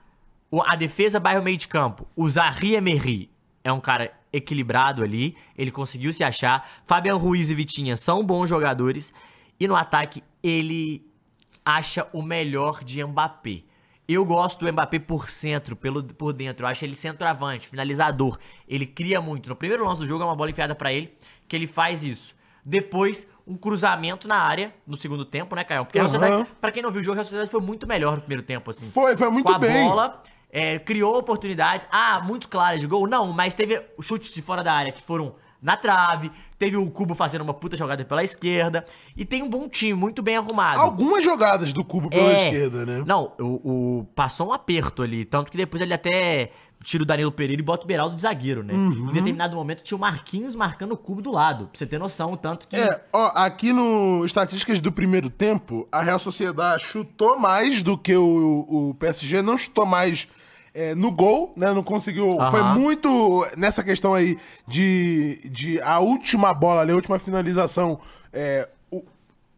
o- a defesa barra o meio de campo. O Zahri Emery é um cara equilibrado ali. Ele conseguiu se achar. Fabian Ruiz e Vitinha são bons jogadores. E no ataque, ele acha o melhor de Mbappé. Eu gosto do Mbappé por centro, pelo, por dentro. Eu acho ele centroavante, finalizador. Ele cria muito. No primeiro lance do jogo é uma bola enfiada pra ele, que ele faz isso. Depois, um cruzamento na área, no segundo tempo, né, Caio? Porque a Real Aham. Sociedade, pra quem não viu o jogo, a Real Sociedade foi muito melhor no primeiro tempo, assim. Foi, foi muito Com a bem. bola, é, criou oportunidades. Ah, muito claras de gol. Não, mas teve chutes de fora da área que foram na trave. Teve o Cubo fazendo uma puta jogada pela esquerda. E tem um bom time, muito bem arrumado. Algumas jogadas do Cubo pela É. esquerda, né? Não, o, o- passou um aperto ali. Tanto que depois ele até tira o Danilo Pereira e bota o Beraldo de zagueiro, né? Uhum. Em determinado momento tinha o Marquinhos marcando o cubo do lado. Pra você ter noção, o tanto que. É, ó, aqui no Estatísticas do primeiro tempo, a Real Sociedade chutou mais do que o, o PSG, não chutou mais é, no gol, né? Não conseguiu. Aham. Foi muito nessa questão aí de, de a última bola ali, a última finalização. é, o-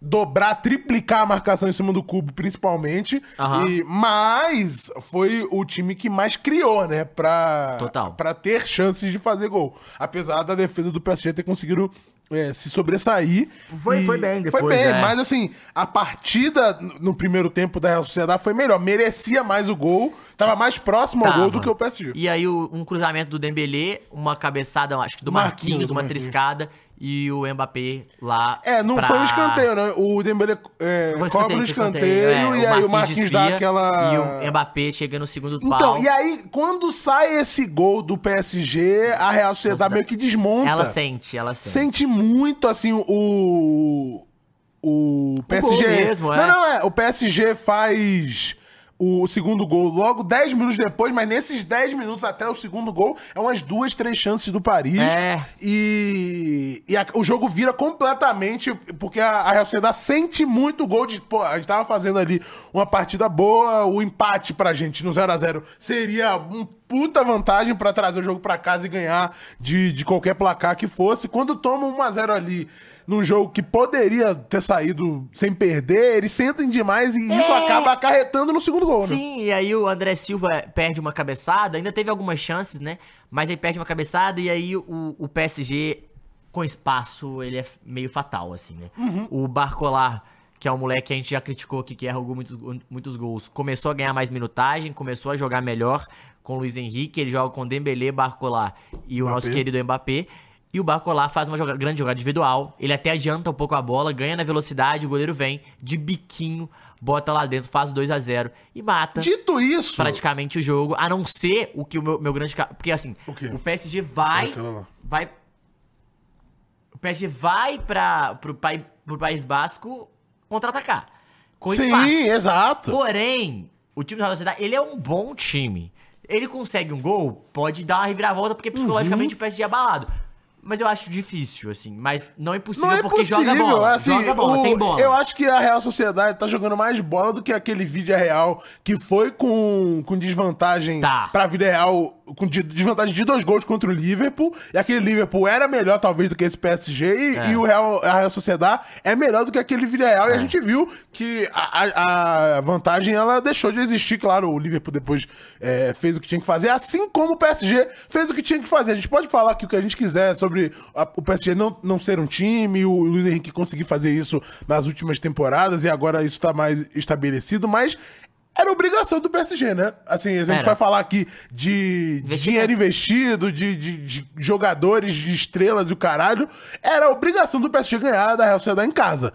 dobrar, triplicar a marcação em cima do cubo, principalmente. Aham. E, mas foi o time que mais criou, né? Pra, Total. pra ter chances de fazer gol. Apesar da defesa do PSG ter conseguido é, se sobressair. Foi- E- foi bem Foi depois, bem, é. mas assim, a partida no- no primeiro tempo da Real Sociedade foi melhor. Merecia mais o gol, tava mais próximo ao Tava. gol do que o PSG. E aí o- um cruzamento do Dembelé, uma cabeçada, acho que do Marquinhos, Marquinhos, uma Marquinhos. triscada e o Mbappé lá. É, não pra- foi um escanteio, né? O Dembele é, Foi um cobra um foi um escanteio, é, e aí o Marquinhos dá desvia aquela... E o Mbappé chega no segundo pau. Então, e aí, quando sai esse gol do PSG, a Real Sociedade meio que desmonta. Ela sente, ela sente. Sente muito, assim, o. O PSG. gol mesmo, é. Não, não, é. O PSG faz o segundo gol logo 10 minutos depois, mas nesses 10 minutos até o segundo gol, é umas duas, três chances do Paris. É. E, e a- o jogo vira completamente, porque a, a Real Sociedade sente muito o gol de. Pô, a gente tava fazendo ali uma partida boa, o empate pra gente no 0 a 0 seria uma puta vantagem pra trazer o jogo pra casa e ganhar de, de qualquer placar que fosse. Quando toma 1 a 0 ali num jogo que poderia ter saído sem perder, eles sentem demais e isso acaba acarretando no segundo gol, né? Sim, e aí o André Silva perde uma cabeçada, ainda teve algumas chances, né? Mas ele perde uma cabeçada e aí o, o PSG, com espaço, ele é f- meio fatal, assim, né? O Barcolar, que é um moleque que a gente já criticou aqui, que erra gol- muitos, go- muitos gols, começou a ganhar mais minutagem, começou a jogar melhor com o Luiz Henrique, ele joga com Dembélé, Barcolar e o nosso querido Mbappé. E o Barcolar faz uma joga- grande jogada individual. Ele até adianta um pouco a bola, ganha na velocidade, o goleiro vem de biquinho, bota lá dentro, faz 2 a 0 e mata Dito isso. praticamente o jogo, a não ser o que o meu, meu grande. ca- Porque assim, O quê? o PSG vai. Aquela lá. Vai. O PSG vai pra, pro, pai, pro País Basco contra-atacar. Com Sim, espaço. exato. Porém, o time da Real Sociedade, ele é um bom time. Ele consegue um gol, pode dar uma reviravolta, porque psicologicamente Uhum. o PSG é abalado. Mas eu acho difícil, assim. Mas não é impossível, porque joga bola. assim, joga bola, o- tem bola. Eu acho que a Real Sociedade tá jogando mais bola do que aquele vídeo real que foi com, com desvantagem Tá. pra vida real, com de- desvantagem de dois gols contra o Liverpool. E aquele Liverpool era melhor, talvez, do que esse PSG. E, e o Real, a Real Sociedade é melhor do que aquele vídeo real. E a gente viu que a, a- a vantagem ela deixou de existir. Claro, o Liverpool depois é, fez o que tinha que fazer, assim como o PSG fez o que tinha que fazer. A gente pode falar aqui o que a gente quiser sobre a- o PSG não, não ser um time, o Luiz Henrique conseguir fazer isso nas últimas temporadas e agora isso tá mais estabelecido, mas. Era obrigação do PSG, né? Assim, a gente Era. vai falar aqui de, de dinheiro investido, de, de- de jogadores, de estrelas e o caralho. Era obrigação do PSG ganhar da Real Sociedade em casa.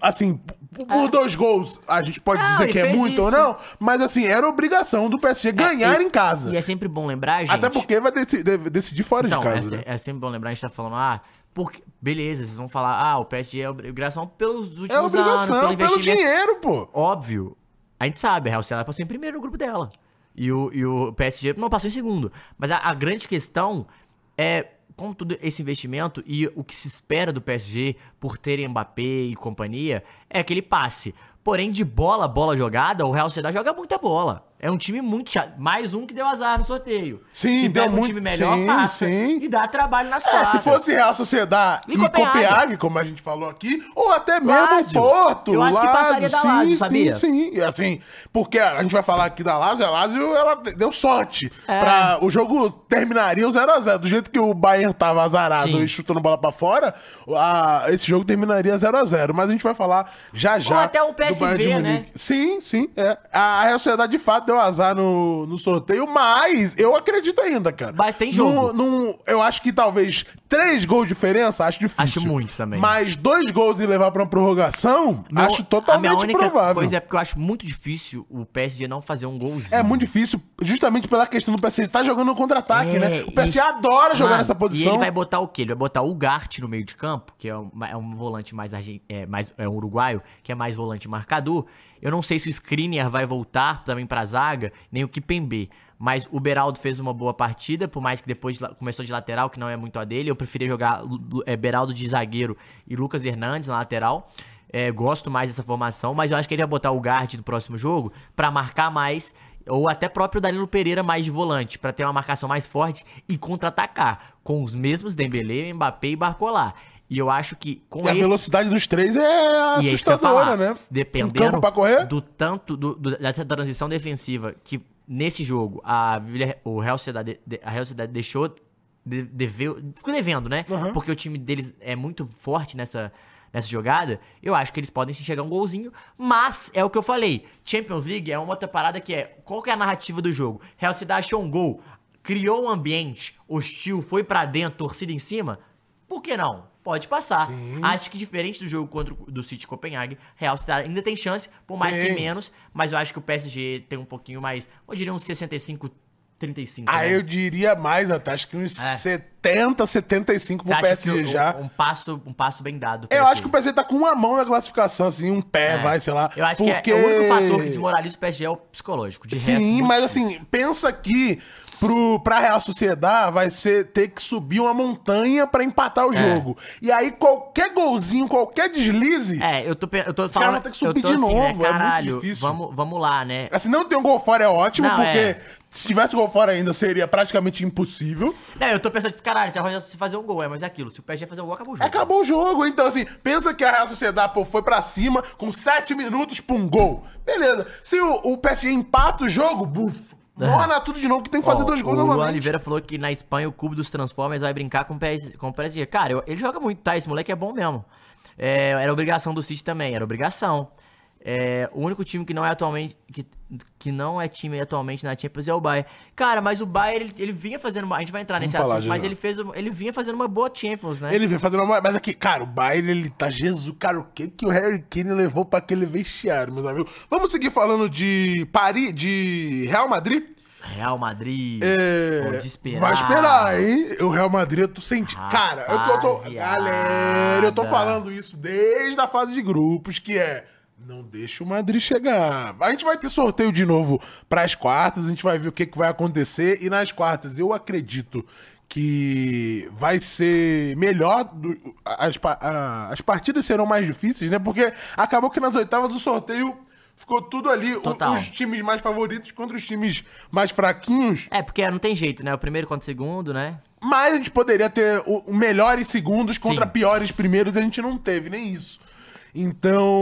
Assim, p- p- por dois gols, a gente pode Ah. Não, dizer ele que é fez muito ou isso. É, não, mas assim, era obrigação do PSG ganhar e- em casa. E é sempre bom lembrar, gente. Até porque vai deci- deve decidir fora Então, de é, casa. se- né? é sempre bom lembrar, a gente tá falando, ah, porque, beleza, vocês vão falar, ah, o PSG é obrigação pelos últimos É obrigação anos, pelo, dinheiro, pô. Óbvio, a gente sabe, a Real Sociedade passou em primeiro no grupo dela. E o, e o PSG não passou em segundo. Mas a, a grande questão é, com todo esse investimento e o que se espera do PSG por ter Mbappé e companhia, é aquele passe. Porém, de bola, bola jogada, o Real Sociedade joga muita bola. É um time muito chato. Mais um que deu azar no sorteio. Sim, se deu pega um muito- time melhor, sim, passa sim. e dá trabalho nas É, quadras. se fosse Real Sociedade e, E Copenhague. Copenhague. como a gente falou aqui, ou até mesmo Lazio. Porto, Eu acho que passaria da Lazio, sim, sabia? sim, sim. E assim, porque a gente vai falar aqui da Lazio, a Lazio, ela deu sorte. É. Pra, o jogo terminaria o 0x0. Do jeito que o Bayern tava azarado Sim. e chutando bola pra fora, a- esse jogo terminaria 0x0. Mas a gente vai falar já já Ou até um do o se Bayern de vê, né? Munique. Sim, sim. É. A Real Sociedade de fato deu azar no, no sorteio, mas eu acredito ainda, cara. Mas tem jogo. Num- num- eu acho que talvez três gols de diferença, acho difícil. Acho muito também. Mas dois gols e levar pra uma prorrogação, Meu- acho a totalmente minha única provável. coisa é porque eu acho muito difícil o PSG não fazer um golzinho. É muito difícil, justamente pela questão do PSG tá jogando no contra-ataque, É, né? O e- PSG adora jogar Mano, nessa E ele posição. vai botar o quê? Ele vai botar o Gart no meio de campo, que é um, é um volante mais, argen- é, mais é um uruguaio, que é mais volante marcador. Eu não sei se o Skriniar vai voltar também pra zaga, nem o Kipembe. Mas o Beraldo fez uma boa partida, por mais que depois de la- começou de lateral, que não é muito a dele. Eu preferi jogar Lu- Lu- é, Beraldo de zagueiro e Lucas Hernandes na lateral. É, gosto mais dessa formação, mas eu acho que ele vai botar o Gard no próximo jogo pra marcar mais ou até próprio Danilo Pereira mais de volante, pra ter uma marcação mais forte e contra-atacar, com os mesmos Dembele, Mbappé e Barcolar. E eu acho que com E a esse... velocidade dos três é E é isso que eu ia falar, assustadora, né? Um Dependendo campo pra correr? do tanto do, do- dessa transição defensiva que nesse jogo a Villar- o Real Sociedade, de- a Real Sociedade deixou de, deveu, ficou devendo, né? Aham. Porque o time deles é muito forte nessa nessa jogada, eu acho que eles podem se chegar um golzinho, mas é o que eu falei. Champions League é uma outra parada que é qual que é a narrativa do jogo? Real Sociedade achou um gol, criou um ambiente hostil, foi pra dentro, torcida em cima. Por que não? Pode passar. Sim. Acho que diferente do jogo contra o- do City Copenhague, Real Sociedade ainda tem chance, por mais Tem. que menos, mas eu acho que o PSG tem um pouquinho mais, eu diria uns 65 35. Ah, né? eu diria mais até, acho que uns É. 70, 75 Você pro acha PSG que o- já. Um, passo, um passo bem dado. pro Eu PSG. acho que o PSG tá com uma mão na classificação, assim, um pé, É. vai, sei lá. Eu acho que porque- é, é o único fator que desmoraliza o PSG é o psicológico. De resto, Sim, muito mas difícil. assim, pensa que pro, pra Real Sociedade vai ser ter que subir uma montanha pra empatar o É. jogo. E aí qualquer golzinho, qualquer deslize, É, eu tô, pe- eu tô caras falando. vão ter que eu subir tô de né, novo, é muito caralho, difícil. Vamos, vamos lá, né? assim, não ter um gol fora é ótimo, Não, porque é. se tivesse gol fora ainda seria praticamente impossível. Não, eu tô pensando, tipo, caralho, se a Roger se fazer um gol, é, mas é aquilo. Se o PSG fazer um gol, acabou o jogo. Acabou o jogo, então assim, pensa que a Real Sociedade pô, foi pra cima com 7 minutos pra um gol. Beleza. Se o, o PSG empata o jogo, buf, morna tudo de novo que tem que fazer É. Ó, dois gols o Luan novamente. Oliveira né? falou que na Espanha o clube dos Transformers vai brincar com o PSG. Com o PSG. Cara, eu- ele joga muito, tá? Esse moleque é bom mesmo. É, era obrigação do City também, era obrigação. É, o único time que não é atualmente que, que não é time atualmente na Champions é o Bayern. Cara, mas o Bayern ele, ele vinha fazendo uma, a gente vai entrar Vamos nesse falar assunto, já mas já. ele fez uma- ele vinha fazendo uma boa Champions, né? Ele vem fazendo uma. Mas aqui, cara, o Bayern, ele tá. Jesus, cara, o que que o Harry Kane levou pra aquele vestiário, meus amigos? Vamos seguir falando de Paris, de Real Madrid? Real Madrid. É, pode esperar. Vai esperar, hein? O Real Madrid, eu tô sentindo. Cara, eu, tô- eu tô. Rapaziada. Galera, eu tô falando isso desde a fase de grupos, que é. Não deixa o Madrid chegar. A gente vai ter sorteio de novo pras quartas, a gente vai ver o que, que vai acontecer. E nas quartas, eu acredito que vai ser melhor. do- as, pa- a- as partidas serão mais difíceis, né? Porque acabou que nas oitavas o sorteio ficou tudo ali. o- Total. os times mais favoritos contra os times mais fraquinhos. É, porque não tem jeito, né? O primeiro contra o segundo, né? Mas a gente poderia ter o- o melhores segundos contra Sim. piores primeiros e a gente não teve nem isso. Então,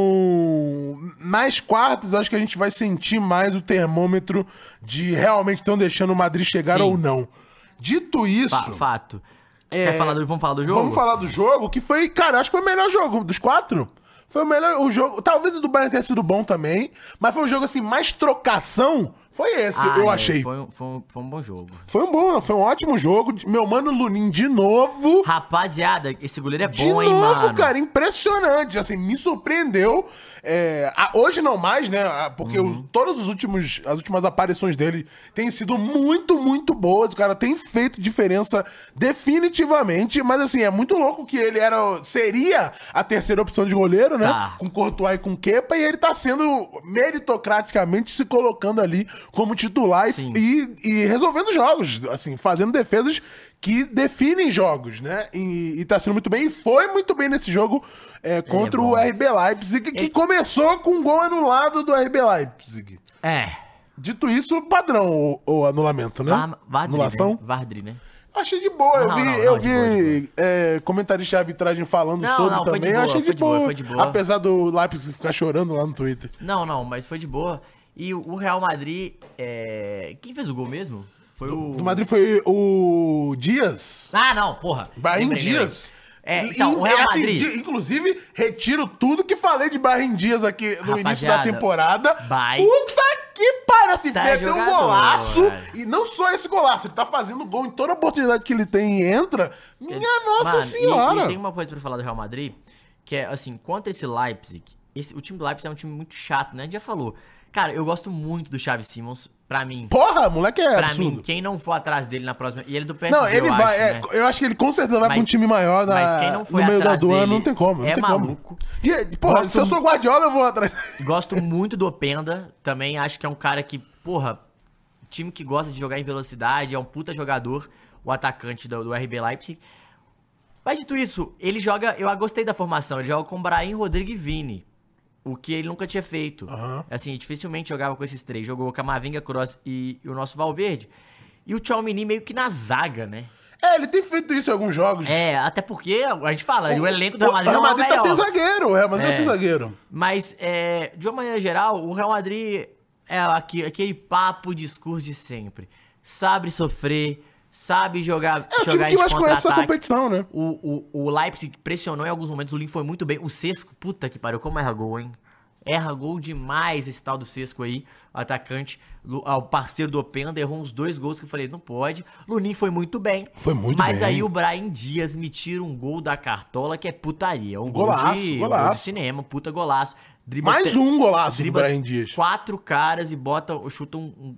nas quartas, acho que a gente vai sentir mais o termômetro de realmente estão deixando o Madrid chegar Sim. ou não. Dito isso, Fa- fato. Quer falar do, vamos falar do jogo? É, vamos falar do jogo que foi, cara, acho que foi o melhor jogo dos quatro. Foi o melhor o jogo. Talvez o do Bayern tenha sido bom também, mas foi um jogo assim, mais trocação. Foi esse, Ah, eu é, achei. Foi... Foi um, foi, um, foi um bom jogo. um bom, foi um ótimo jogo. Meu mano Lunin de novo. Rapaziada, esse goleiro é De bom, hein, novo, mano. cara, impressionante. Assim, me surpreendeu. É, a- hoje não mais, né? a- Porque Uhum. os- todos os últimos, as últimas aparições dele têm sido muito, muito boas. O cara tem feito diferença definitivamente. Mas assim, é muito louco que ele era, seria a terceira opção de goleiro, né? Tá. Com Courtois e com Kepa. E ele tá sendo meritocraticamente se colocando ali como titular e, Sim. e, e resolvendo jogos, assim, fazendo defesas que definem jogos, né? E, e tá sendo muito bem, e foi muito bem nesse jogo é, contra bom. o RB Leipzig, que começou com um gol anulado do RB Leipzig. É. Dito isso, padrão o, o anulamento, né? Var- Vardri, Anulação? né? Vardri, né? Achei de boa, eu Não, vi, não, não, eu de boa, de vi é, comentarista de arbitragem falando Não, sobre não, foi de também, boa, achei de foi de boa, boa, foi de boa. Apesar do Leipzig ficar chorando lá no Twitter. Não, não, mas foi de boa. E o o Real Madrid, é... quem fez o gol mesmo? Foi o... Do Madrid foi o Dias. Ah, não, porra. Bahia Lembrei, Dias. É, então, o Real É assim, Madrid. de- inclusive, retiro tudo que falei de Barrin Dias aqui no início da Rapaziada, temporada. vai. Puta que pariu, assim, Tá meteu um jogador, golaço. velho. E não só esse golaço, ele tá fazendo gol em toda oportunidade que ele tem e entra. Minha nossa Mano, e- senhora. E, tem uma coisa pra falar do Real Madrid, que é, assim, contra esse Leipzig, esse- o time do Leipzig é um time muito chato, né? A gente já falou. Cara, eu gosto muito do Xavi Simons, pra mim. Porra, moleque é Pra absurdo. mim, quem não for atrás dele na próxima... E ele é do PSG, Não, ele eu vai. acho, é, né? eu acho que ele com certeza vai pra um Mas- time maior na, mas quem não foi no meio da atrás do ano, dele não tem como. Não é tem maluco. um Como. E, porra, Gosto se eu sou Guardiola, eu vou atrás. Gosto muito do Openda, também acho que é um cara que, porra, time que gosta de jogar em velocidade, é um puta jogador, o atacante do, do RB Leipzig. Mas dito isso, ele joga, eu gostei da formação, ele joga com Brahim, Rodrigo e Vini, o que ele nunca tinha feito. Aham. Assim, dificilmente jogava com esses três, jogou Camavinga, Kroos e, e o nosso Valverde. E o Tchouamini meio que na zaga, né? É, ele tem feito isso em alguns jogos. É, até porque a gente fala, o, elenco do O Real Madrid não é Real o Madrid tá sem melhor. zagueiro. O Real Madrid tá sem É. zagueiro. Mas, é, de uma maneira geral, o Real Madrid é aqui- aquele papo discurso de sempre. Sabe sofrer, sabe jogar. É o time jogar que de mais conhece essa contra-ataque. competição, né? O, o, o Leipzig pressionou em alguns momentos, o Lin foi muito bem. O Sesco, puta que pariu, como erra gol, hein? Erra gol demais esse tal do Sesco aí, o atacante, do- ah, o parceiro do Openda, errou uns dois gols que eu falei, não pode. Lunin foi muito bem. Foi muito Mas bem. aí o Brian Dias me tira um gol da cartola que é putaria. Um gol Golaço, de, golaço. gol de cinema, um puta golaço. Dribla Mais te- um golaço do dribla Brahim Dias. Quatro caras e bota, chuta um, um-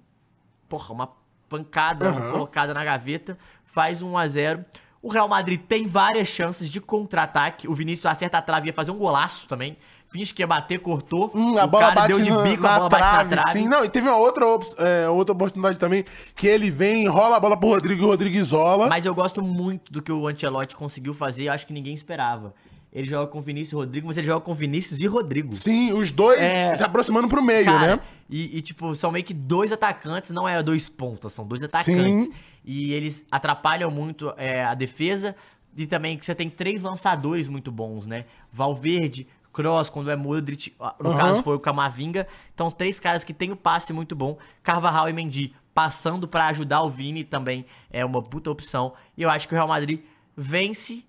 porra, uma pancada Aham. colocada na gaveta, faz um 1 a 0. O Real Madrid tem várias chances de contra-ataque. O Vinícius acerta a trave ia fazer um golaço também. Finge que ia bater, cortou. Hum, a o bola bate deu de na, bico, na a bola trave, bate na trave. sim. Não, e teve uma outra, op- é, outra oportunidade também, que ele vem, enrola a bola pro Rodrigo e o Rodrigo isola. Mas eu gosto muito do que o Ancelotti conseguiu fazer, eu acho que ninguém esperava. Ele joga com Vinícius e Rodrigo, mas ele joga com Vinícius e Rodrigo. Sim, os dois É. se aproximando pro meio, Cara, né? e, e, tipo, são meio que dois atacantes, não é dois pontas, são dois atacantes. Sim. E eles atrapalham muito é, a defesa. E também que você tem três lançadores muito bons, né? Valverde, Cross, quando é Modric, ah, no Aham. caso foi o Camavinga. Então, três caras que têm o passe muito bom. Carvajal e Mendy passando pra ajudar o Vini também é uma puta opção. E eu acho que o Real Madrid vence.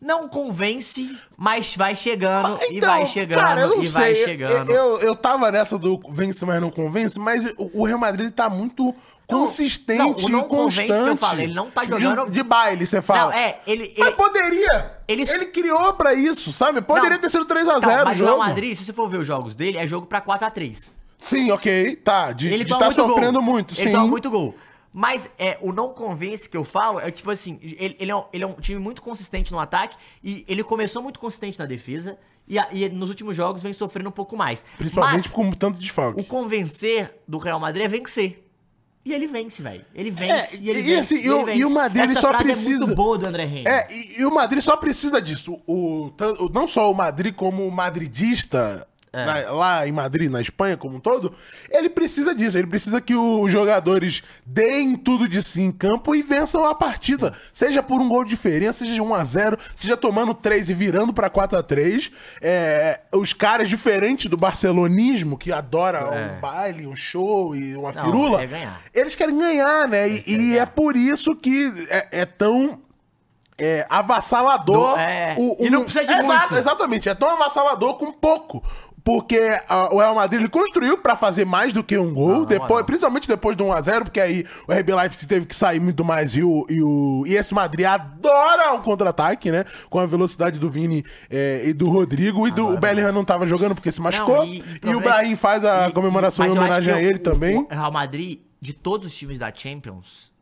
Não convence, mas vai chegando e vai chegando Ah, então, cara, eu não e sei. vai Eu- chegando. Eu, eu, tava nessa do vence, mas não convence, mas o o Real Madrid tá muito consistente não, o não e convence constante. que eu falei, ele não tá jogando- De, de baile, você Não, fala. é, ele. ele- Mas poderia! Eles- Ele criou pra isso, sabe? Poderia Não. ter sido 3x0 Então, o mas o jogo. Real Madrid, se você for ver os jogos dele, é jogo pra 4x3. Sim, ok, tá. De, Ele de toma tá muito sofrendo gol. muito, Ele sim. toma muito gol. Mas é, o não convence que eu falo é tipo assim: ele, ele é um, ele é um time muito consistente no ataque e ele começou muito consistente na defesa e, a- e nos últimos jogos vem sofrendo um pouco mais. Principalmente Mas com tanto o desfalque. convencer do Real Madrid é vencer. E ele vence, velho. Ele vence. É, e ele e vence. assim, ele e o- vence. e o Madrid, ele Essa só frase É precisa- muito boa do André Henrique. É, e, e o Madrid só precisa disso. O, tan- o- não só o Madrid, como o madridista, É. na- lá em Madrid, na Espanha como um todo, ele precisa disso. Ele precisa que o- os jogadores deem tudo de si em campo e vençam a partida. Seja por um gol de diferença, seja de 1x0, seja tomando 3 e virando pra 4x3. É, os caras, diferente do barcelonismo, que adora um baile, um show e uma É. Não, firula, é ganhar. eles querem ganhar, né? E, e é por isso que é, é tão é, avassalador. Do- é, e não precisa de muito. Exatamente, é tão avassalador com pouco. Porque ah, o Real Madrid ele construiu pra fazer mais do que um gol, Não, na depois, moral. principalmente depois do 1x0, porque aí o RB Leipzig teve que sair muito mais e, o, e, o, e esse Madrid adora o contra-ataque, né? Com a velocidade do Vini é, e do Rodrigo, e do, o Bellingham não tava jogando porque se machucou, e- e e, o problema- Brahim faz a E- comemoração mas em eu acho homenagem que a o- ele o- também. O Real Madrid, de todos os times da Champions,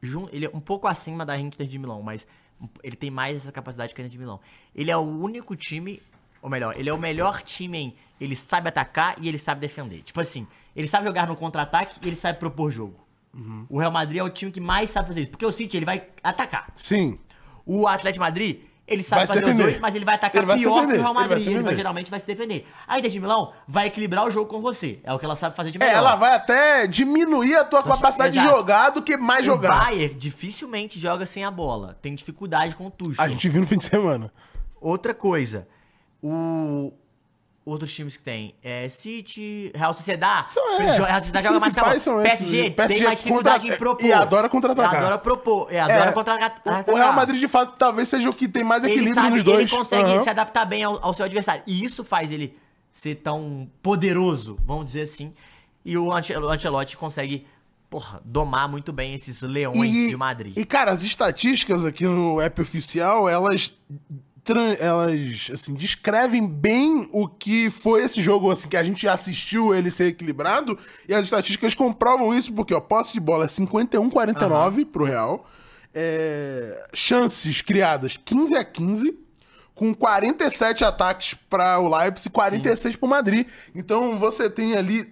jun- ele é um pouco acima da Inter de Milão, mas um- ele tem mais essa capacidade que a Inter de Milão. Ele é o único time, ou melhor, ele é o melhor time em ele sabe atacar e ele sabe defender. Tipo assim, ele sabe jogar no contra-ataque e ele sabe propor jogo. Uhum. O Real Madrid é o time que mais sabe fazer isso, porque o City ele vai atacar. Sim. O Atlético de Madrid, ele sabe Vai se fazer os defender. dois, mas ele vai atacar Ele vai se pior que defender, o Real ele vai se Madrid. Ele, vai defender. geralmente vai se defender. A Inter de Milão vai equilibrar o jogo com você. É o que ela sabe fazer de melhor. É, ela vai até diminuir a tua capacidade de exato. jogar do que mais O jogar. Bayern dificilmente joga sem a bola. Tem dificuldade com o Tuchel. A gente viu no fim de semana. Outra coisa, o, o outros times que tem é City, Real Sociedade. São, é. Real Sociedade joga Os mais calma. principais são esses. PSG, tem PSG mais dificuldade contra- em propor. e adora contra-atacar. E Adora propor. E adora É, contra-atacar. O Real Madrid, de fato, talvez seja o que tem mais ele equilíbrio sabe, nos dois. ele consegue Aham. se adaptar bem ao, ao seu adversário. E isso faz ele ser tão poderoso, vamos dizer assim. E o Ancel- o Ancelotti consegue, porra, domar muito bem esses leões de Madrid. E, cara, as estatísticas aqui no app oficial, elas. tran- Elas, assim, descrevem bem o que foi esse jogo, assim, que a gente assistiu ele ser equilibrado, e as estatísticas comprovam isso, porque, ó, posse de bola é 51-49 pro Real, é, chances criadas 15 a 15, com 47 ataques para o Leipzig e 46 para o Madrid. Então você tem ali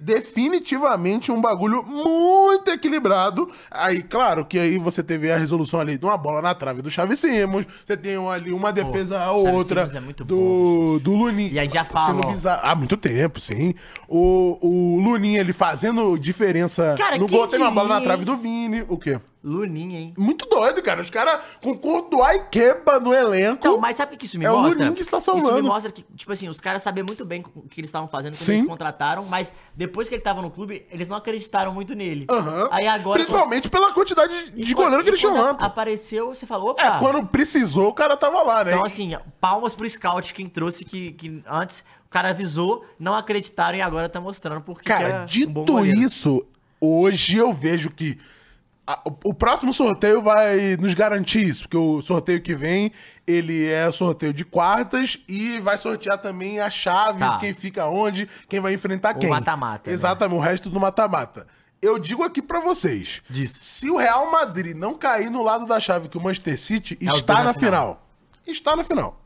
definitivamente um bagulho muito equilibrado. Aí, claro, que aí você teve a resolução ali de uma bola na trave do Xavi Simons, você tem um ali uma defesa ou Xavi outra Simons é muito do, do Lunin. E aí já fala, ó. bizarro. Há muito tempo, sim. O, o Lunin, ele fazendo diferença Cara, no quem gol. Teve uma bola na diria, trave do Vini. O quê? Luninha, hein? Muito doido, cara. Os caras com Courtois e Kepa no elenco. Então, mas sabe o que isso me É o mostra? Lunin que está salvando. Isso me mostra que, tipo assim, os caras sabiam muito bem o que eles estavam fazendo quando Sim. eles contrataram, mas depois que ele tava no clube, eles não acreditaram muito nele. Aham. Aí agora. Principalmente pela quantidade de goleiro e que ele tinha quando lá. pô. Apareceu, você falou, opa. É, quando precisou, o cara tava lá, né? Então, assim, palmas pro scout quem trouxe, que, que antes o cara avisou, não acreditaram e agora tá mostrando porque que é cara, um bom dito goleiro. isso, hoje eu vejo que a- o- o próximo sorteio vai nos garantir isso, porque o sorteio que vem, ele é sorteio de quartas e vai sortear também as chaves, Tá. quem fica onde, quem vai enfrentar quem. mata-mata, né? Exatamente, o resto do mata-mata. Eu digo aqui pra vocês, Diz. Se o Real Madrid não cair no lado da chave que o Manchester City, É os está dois na na final. Está na final.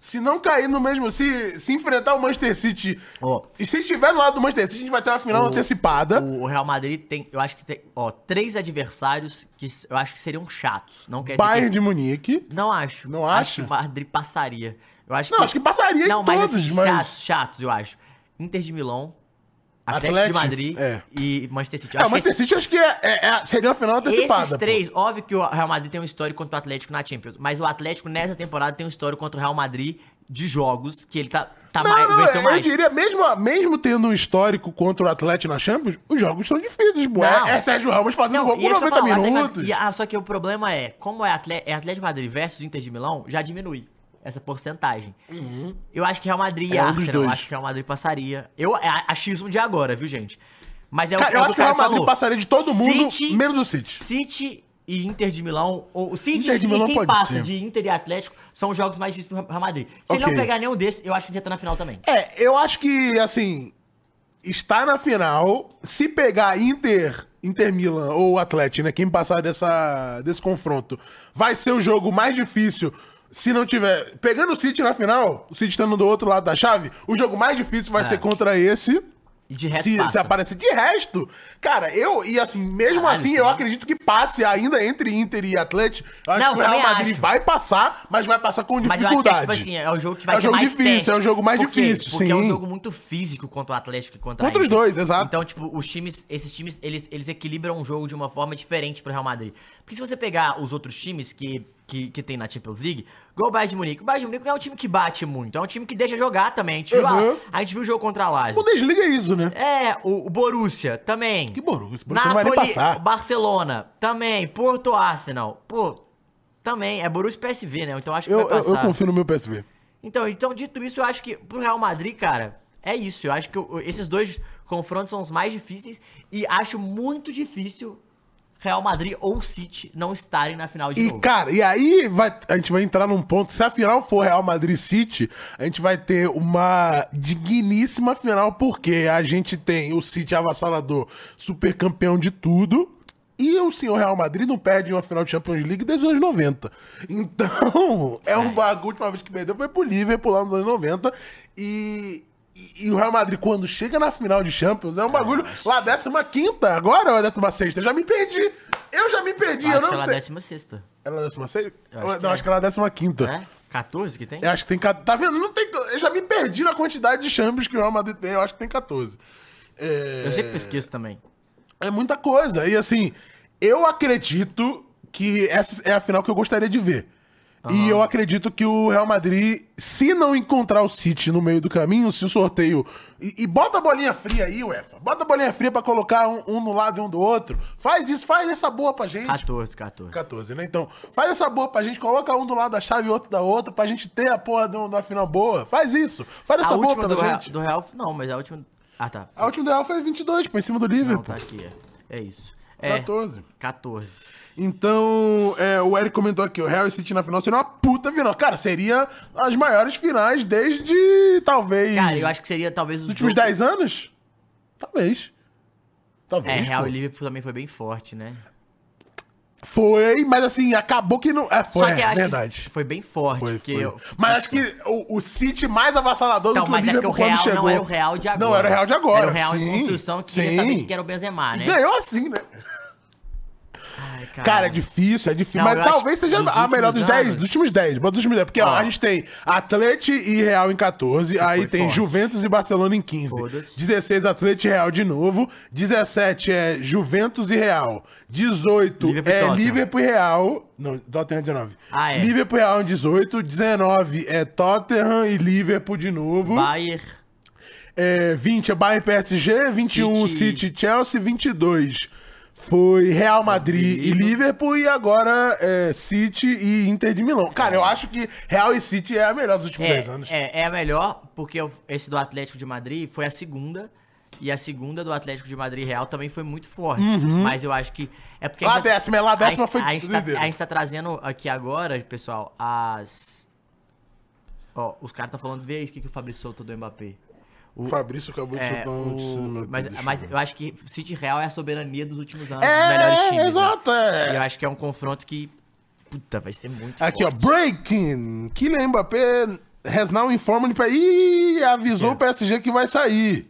Se não cair no mesmo. Se, se enfrentar o Manchester City. Ó. E se estiver no lado do Manchester City, a gente vai ter uma final antecipada. O o Real Madrid tem, eu acho que tem, ó, três adversários que s- eu acho que seriam chatos. Não quer dizer Bayern de Munique. que, Não acho. Não Acho que acha? o Madrid passaria. Eu acho Não, que... acho que passaria Não, em mas, todos, assim, mas. chatos, chatos, eu acho. Inter de Milão, Atlético, Atlético, de Madrid é. e Manchester City. Eu É, o acho que Manchester City acho que é, é- é- seria uma final antecipada. Esses pô. três, óbvio que o Real Madrid tem um histórico contra o Atlético na Champions, mas o Atlético nessa temporada tem um histórico contra o Real Madrid de jogos que ele tá, tá Não, mais, não, venceu eu mais. diria, mesmo, mesmo tendo um histórico contra o Atlético na Champions, os jogos são difíceis, pô. Não. É, é Sérgio Ramos fazendo Não, gol e é isso por que eu 90 falo, Atlético- minutos. e- ah, só que o problema é, como é, Atle- é Atlético de Madrid versus Inter de Milão, já diminui essa porcentagem. Eu acho que Real Madrid e Uhum. É um dos Arsenal, eu dois. acho que Real Madrid passaria. Eu, é achismo de agora, viu, gente? Mas é o, Cara, é eu o acho que o Real cara Madrid passaria de todo mundo, City- menos o City. City e Inter de Milão, ou o City Inter de e Milão quem pode passa ser. de Inter e Atlético são os jogos mais difíceis pro Real Madrid. Se ele não Ok. pegar nenhum desses, eu acho que ele já tá na final também. É, eu acho que, assim, está na final. Se pegar Inter, Inter Milan ou Atlético, né? Quem passar dessa, desse confronto vai ser o jogo mais difícil. Se não tiver. Pegando o City na final, o City estando do outro lado da chave, o jogo mais difícil vai ser contra esse. E É. de resto Se, se passa. aparecer de resto, cara, eu, e assim, mesmo Caralho, assim, que eu mal. acredito que passe ainda entre Inter e Atlético. Eu acho Não, que o Real também Madrid acho. vai passar, mas vai passar com Mas dificuldade. eu acho que é, tipo assim, é o jogo que vai É o ser jogo mais difícil, teste. é o jogo mais Por quê? difícil, Porque é um sim. jogo muito físico contra o Atlético e contra, Contra a os Inter. dois, exato. Então, tipo, os times, esses times, eles, eles equilibram o jogo de uma forma diferente pro Real Madrid. Porque se você pegar os outros times que, que, que tem na Champions League, igual o Bayern de Munique, o Bayern de Munique não é um time que bate muito, é um time que deixa jogar também. A gente, viu, a, Uhum. a gente viu o jogo contra a Lazio. Bundesliga é isso, né? É, o, o Borussia também. Que Borussia, esse Borussia não vai nem passar. Barcelona também, Porto Arsenal. Pô, também, é Borussia e PSV, né? Então acho que Eu, vai eu, eu passar. confio no meu PSV. Então, então, dito isso, eu acho que pro Real Madrid, cara, é isso. Eu acho que o- esses dois confrontos são os mais difíceis e acho muito difícil Real Madrid ou City não estarem na final de E, novo. cara, e aí vai- a gente vai entrar num ponto. Se a final for Real Madrid City, a gente vai ter uma digníssima final, porque a gente tem o City avassalador, super campeão de tudo. E o senhor Real Madrid não perde uma final de Champions League desde os anos 90. Então, é um bagulho. A última vez que perdeu foi pro Liverpool lá nos anos 90. E, e, e o Real Madrid, quando chega na final de Champions, é um bagulho. Lá, 15, agora ou é 16? Eu já me perdi. Eu já me perdi, Eu eu acho não que ela sei. é a 16 Ela é décima seis? Eu acho Ou- que não, é. acho que ela é décima quinta. né? 14 que tem? Eu acho que tem 14. Tá vendo? Não tem, eu já me perdi na quantidade de Champions que o Real Madrid tem. Eu acho que tem 14. É, Eu sempre esqueço também. é muita coisa. E assim, eu acredito que essa é a final que eu gostaria de ver. E eu acredito que o Real Madrid, se não encontrar o City no meio do caminho, se o sorteio. E, e bota a bolinha fria aí, UEFA. Bota a bolinha fria pra colocar um, um no lado e um do outro. Faz isso, faz essa boa pra gente. 14, 14. 14, né? Então, faz essa boa pra gente, coloca um do lado da chave e outro da outra, pra gente ter a porra do- da final boa. Faz isso. Faz A essa boa última pra do, Real- gente. do Real. Não, mas a última. Ah, tá. A última do Real foi 22, pô, em cima do Não, Liverpool. tá aqui. É, é isso. É, 14. 14. Então, é, o Eric comentou aqui, o Real e City na final seria uma puta final. Cara, seria as maiores finais desde, talvez, Cara, eu acho que seria talvez os os últimos dois- 10 anos? Talvez. É, Talvez, Real pô. e Liverpool também foi bem forte, né? Foi, mas assim, acabou que não... É, foi, Só que eu é, acho que verdade. foi bem forte. Foi, porque foi. eu- Mas acho que o, o City mais avassalador Então, do que o mas é que o Liverpool quando Real chegou. não era o Real de agora. Não era o Real de agora, Era o Real sim, em construção que sim. queria saber quem que era o Benzema, né? Ganhou assim, né? Ai, Cara, é difícil, é difícil. Não, eu mas acho talvez que seja dos a melhor dos últimos 10, anos- dos últimos 10. Bota os últimos 10. Porque ó, Ó. a gente tem Atleti e Real em 14. aí foi tem forte. Juventus e Barcelona em 15. Foda-se. 16, Atleti e Real de novo. 17 é Juventus e Real. 18 Liverpool e é Tottenham. Liverpool e Real. Não, Tottenham é 19. Ah, é. Liverpool e Real em 18. 19 é Tottenham e Liverpool de novo. Bayern, É, 20 é Bayern PSG, 21 City. City, Chelsea, 22 foi Real Madrid e Liverpool e agora é, City e Inter de Milão. Cara, eu acho que Real e City é a melhor dos últimos é, 10 anos. é, é a melhor, porque eu- esse do Atlético de Madrid foi a segunda. E a segunda do Atlético de Madrid e Real também foi muito forte. Mas eu acho que. É porque Uhum. Lá gente- a décima, é lá a décima gente- foi a gente, tá, doideira. a gente tá trazendo aqui agora, pessoal, as. Ó, os caras estão falando, vê aí o que, que o Fabrício soltou do Mbappé. O Fabrício acabou de É, soltar um de o- cinema. mas, Deixa eu mas ver. eu acho que City e Real é a soberania dos últimos anos, dos melhores é, times. né? exato, é. E eu acho que é um confronto que. Puta, vai ser muito Aqui, forte. ó, breaking. Kylian Mbappé has now informed... pra- Ih, É. avisou o PSG que vai sair.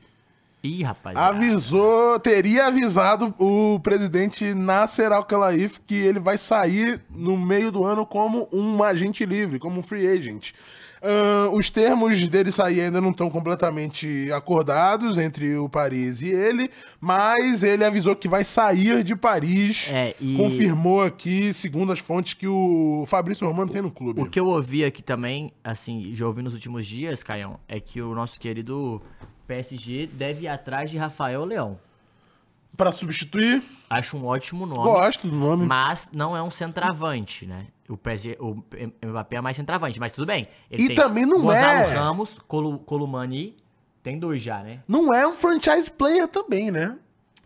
Ih, rapaz. é Avisou, teria avisado o presidente Nasser Al-Khelaifi que ele vai sair no meio do ano como um agente livre, como um free agent. Ahn, os termos dele sair ainda não estão completamente acordados entre o Paris e ele, mas ele avisou que vai sair de Paris. É, e- Confirmou aqui, segundo as fontes, que o Fabrício Romano tem no clube. O que eu ouvi aqui também, assim, já ouvi nos últimos dias, Caião, é que o nosso querido PSG deve ir atrás de Rafael Leão. Pra substituir, Acho um ótimo nome. gosto do nome. Mas não é um centravante, né? O, PSG, o Mbappé é mais centravante, mas tudo bem. Ele E também não Gonzalo é. Ramos, Colu, Columani, tem dois já, né? Não é um franchise player também, né?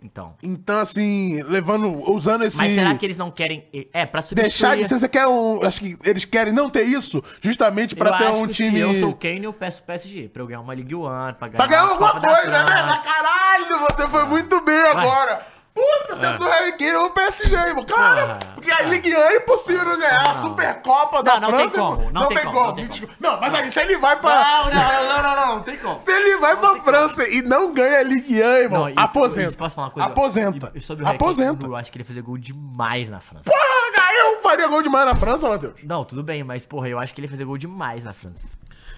Então. Então, assim, levando, usando esse. Mas será que eles não querem... É, pra substituir... Deixar de ser, você quer um. Acho que eles querem não ter isso, justamente pra Eu ter acho um que Se time. eu sou o Kane, eu peço o PSG pra eu ganhar uma Ligue 1, pra ganhar, Pra ganhar uma alguma Copa da coisa, né? França. Mas, Caralho, você Ah. foi muito bem agora. Puta, se eu sou Harry Kane, eu vou PSG, irmão. Claro, Porra. porque a Ligue 1 é impossível não ganhar. A Supercopa da Ah. Não, não tem França. como, irmão, não tem como, não tem como. me desculpa. Não, mas aí se ele vai pra. Não, não, não, não, não, não, não tem como. Se ele vai pra França e não ganha a Ligue 1, irmão, Não, e- aposenta. e Posso falar uma coisa? Aposenta. E- e sobre o Harry Kane, aposenta. Eu acho que ele ia fazer gol demais na França. Porra, eu faria gol demais na França, Matheus. Não, tudo bem, mas porra, eu acho que ele ia fazer gol demais na França.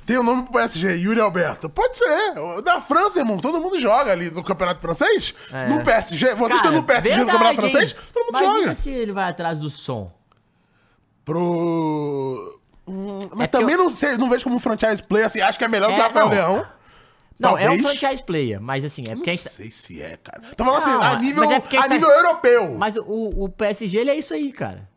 Tem o nome pro PSG, Yuri Alberto. Pode ser. Na França, irmão, todo mundo joga ali no Campeonato Francês. É. No PSG. Vocês Cara, estão no PSG no verdade, Campeonato Francês? hein? Todo mundo Imagina joga. se ele vai atrás do som. Pro. Hum, mas É porque também eu- não, sei, não vejo como franchise player, assim. Acho que é melhor É, que o Rafael não. Leão. Não, é um Talvez. franchise player, mas assim, é porque a Não gente. tá- sei se é, cara. Tô falando Não, assim, a nível, mas é porque a está- nível europeu. Mas o, o PSG ele é isso aí, cara.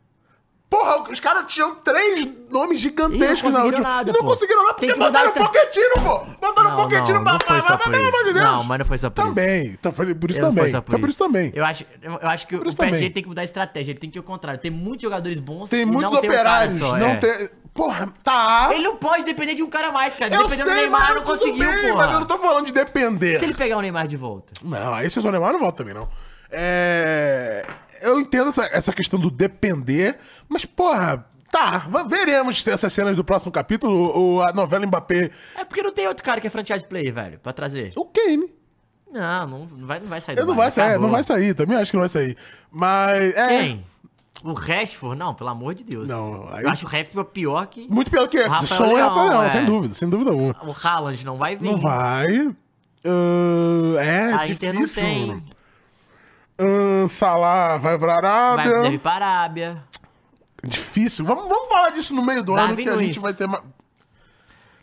Porra, os caras tinham três Ih, nomes não gigantescos na conseguiram última. nada, não pô. conseguiram nada Tem porque que mandar botaram o os Poquetino, pô. Botaram o Poquetino pra foi mas só por pelo amor de isso. Deus. Não, mas não foi só por isso. Também. Então, foi por isso Eu não também. fui só foi por isso também. Eu acho, eu eu acho que o isso PSG também. tem que mudar a estratégia, ele tem que ir ao contrário. Tem muitos jogadores bons Tem e muitos não um cara operários, só, não é. tem. Porra, tá. Ele não pode depender de um cara a mais, cara. eu Dependendo do sei, Neymar, mas não tudo conseguiu, bem, porra. Mas eu não tô falando de depender. Se ele pegar o Neymar de volta. Não, aí se o Neymar não volta também, não. É. Eu entendo essa, essa questão do depender, mas, porra, tá. v- Veremos essas cenas do próximo capítulo, ou a novela Mbappé. É porque não tem outro cara que é franchise player, velho, pra trazer. O Kane. Não, não, não vai, não vai sair Ele não Bayern, vai sair, acabou. não vai sair, também acho que não vai sair. Mas. É. Quem? O Rashford? Não, pelo amor de Deus. Não, aí- Eu acho o Rashford pior que... Muito pior que Rafael som é Leão, Rafael, Leão, é. sem dúvida, sem dúvida alguma. O Haaland não vai vir. Não vai. Ahn, é, A difícil. Inter não tem. Ahn, Salah vai pra Vai, deve Arábia. ir pra Arábia. Difícil. Vamos, vamos falar disso no meio do ano Darwin que a Nunes. gente vai ter mais.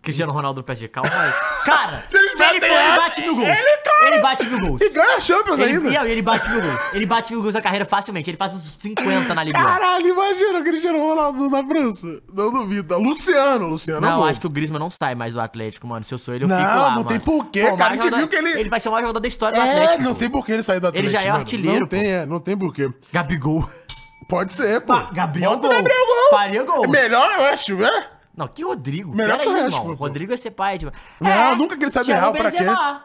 Cristiano Ronaldo no PSG, calma aí. Cara, se Se ele, ele for, bater, ele bate mil gols. ele, cara, Ele bate mil gols. E ganha a Champions Ele, ainda. e aí, ele bate mil gols. Ele bate mil gols na carreira facilmente. Ele faz uns 50 na Liga. Caralho, imagina o Cristiano Ronaldo na França. Não duvido. Luciano, Luciano. não, amor. acho que o Griezmann não sai mais do Atlético, mano. Se eu sou ele, eu Não, fico lá, não mano. tem porquê, o cara, a maior gente jogador- viu que ele- Ele vai ser o maior jogador da história do É, tá Atlético. não pô. tem por que ele sair Ele do Atlético. já é mano. artilheiro, Não pô. tem, é, não tem porquê. Gabigol. Pode ser, pô. Pa- Gabriel Bota o Gol. Gabriel Gol. Faria gols. É melhor, eu acho, né? Não, que Rodrigo. Melhor Pera que o aí, Rashford, irmão. pô. Rodrigo vai ser pai de... Não, nunca que ele sai do chama Real o pra quê? Benzema.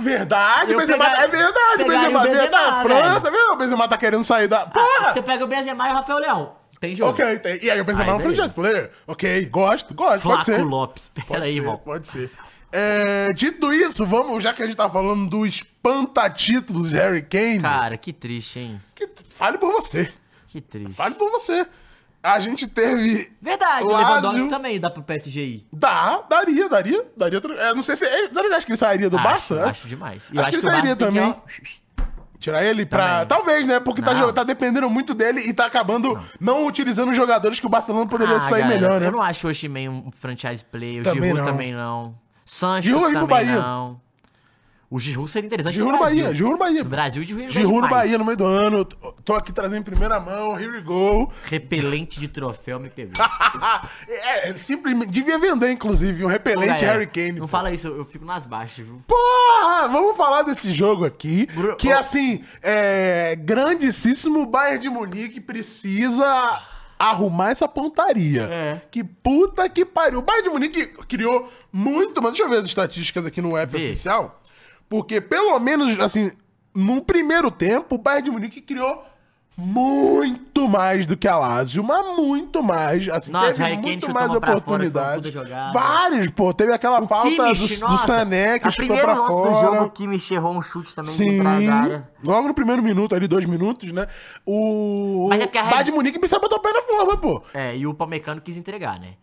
Verdade, Eu Benzema. pegaria- é verdade, pegaria Benzema. o Benzema, Verdade, velho. Ah, França, viu? O Benzema tá querendo sair da. Porra! Você pega o Benzema e o Rafael Leão. Tem jogo. Ok, tem. E aí o Benzema Aí, é um beleza. franchise player. Ok, gosto, gosto, pode Flaco ser. Lopes. Pera Pode aí, ser, irmão. Pode ser. É, dito isso, vamos, já que a gente tá falando do espanta-títulos de Harry Kane, Cara, que triste, hein? que- fale por você. Que triste. Fale por você. A gente teve. Verdade, o Lazio- Lewandowski tá- também dá pro PSG ir. Dá, daria, daria, daria. tran- é, não sei se. é, Vocês acham que ele sairia do acho, Barça? é? acho demais. E Acho que o Barça sairia tem um- também. ó, Tirar ele pra. Também. Talvez, né? Porque tá, Não. jo- tá dependendo muito dele e tá acabando não, utilizando os jogadores que o Barcelona poderia Ah, sair galera, melhor, né? Eu não acho o Osimhen um franchise player, o Também Giroud não. também não. Sancho Giroud também ir pro Bahia. não. O Giroud seria interessante Giroud no no Brasil. Bahia, Giroud no Bahia. No né? Brasil, o Giroud joga Giroud no demais. Bahia no meio do ano. Tô tô aqui trazendo em primeira mão. Here we go. Repelente de troféu me pegou. é, ele simplesmente. Devia vender, inclusive, um repelente Galera, Harry Kane. Não pô. fala isso, eu fico nas baixas, viu? Porra! Vamos falar desse jogo aqui. Bru- Que, assim, é. Grandíssimo Bayern de Munique precisa arrumar essa pontaria. É. Que puta que pariu. O Bayern de Munique criou muito. Mas deixa eu ver as estatísticas aqui no app Vê. oficial. Porque, pelo menos, assim, no primeiro tempo, o Bayern de Munique criou. Muito mais do que a Lazio, mas muito mais. Assim, Nossa, teve Harry Kane muito chutou mais uma pra fora, foi uma puta oportunidades. jogada. Vários, pô. Teve aquela falta Kimmich, do, do nossa, Sané que a chutou primeiro pra lance fora. do jogo, o Kimmich errou um chute também de Sim. trás da área. Logo no primeiro minuto, ali, dois minutos, né? O. Mas é porque a o Bayern de Munique precisa botar o pé na forma, pô. É, e o Palmecano quis entregar, né?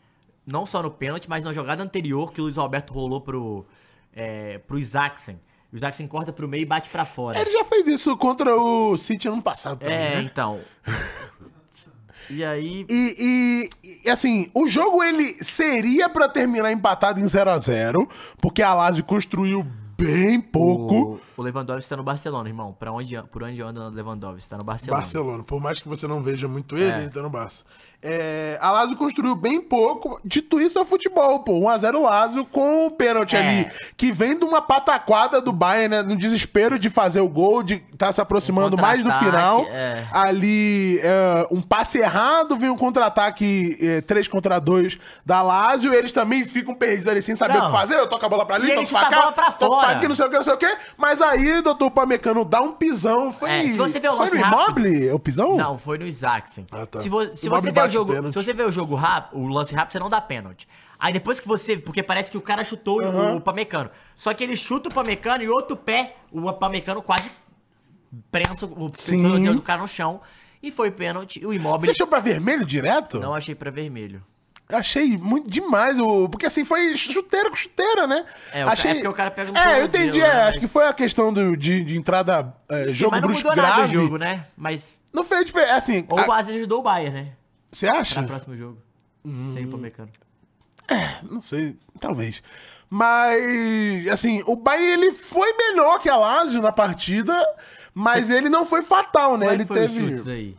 Não só no pênalti, mas na jogada anterior que o Luiz Alberto rolou pro, é, pro Isaacson. O Isaacson corta pro meio e bate pra fora. Ele já fez isso contra o City ano passado também, É, né? então. e aí. E, e- e, assim, o jogo ele seria pra terminar empatado em 0 a 0 porque a Lazio construiu bem pouco. O, o Lewandowski tá no Barcelona, irmão. Pra onde, an- por onde anda o Lewandowski? Tá no Barcelona. Barcelona, por mais que você não veja muito ele, É. ele tá no Barça. É, a Lazio construiu bem pouco, dito isso é futebol, pô. 1x0 Lazio com o pênalti É. ali, que vem de uma pataquada do Bayern, né? No desespero de fazer o gol, de tá se aproximando Um mais do final. contra-ataque, é. Ali, é, um passe errado, vem um contra-ataque 3 contra 2 da Lazio. Eles também ficam perdidos ali sem saber Não. o que fazer. Eu toco a bola pra ali, E ele toco pra chuta a cá, bola pra toco fora. aqui, não sei o que, não sei o que. Mas aí, doutor Pamecano dá um pisão, foi É, se você vê o foi lance no rápido- Immobile? É o pisão? Não, foi no Isaacson. Ah, tá. se, vo- se você O Immobile vê o bate o jogo, pênalti. se você vê o jogo rápido, o lance rápido, você não dá pênalti. Aí depois que você, porque parece que o cara chutou o- o Pamecano. Só que ele chuta o Pamecano e outro pé, o Pamecano quase prensa o Sim. pênalti do cara no chão e foi pênalti. E O Você Immobile achou pra vermelho direto? não achei pra vermelho. Achei muito demais, o... porque assim, foi chuteira com chuteira, né? É, o ca- Achei... é porque o cara pega no É, eu tornozelo, entendi, né, é, mas- acho que foi a questão do, de, de entrada, é, jogo Mas não brusco mudou nada o grave. jogo, né? Mas Não fez diferença, assim, ou a- o Barça ajudou o Bayern, né? você Pra acha? próximo jogo. Hum. Sem o Pamecano. Não sei, talvez. Mas, assim, o Bayern ele foi melhor que a Lazio na partida, mas ele não foi fatal, né? Quais ele foram os teve... chutes aí?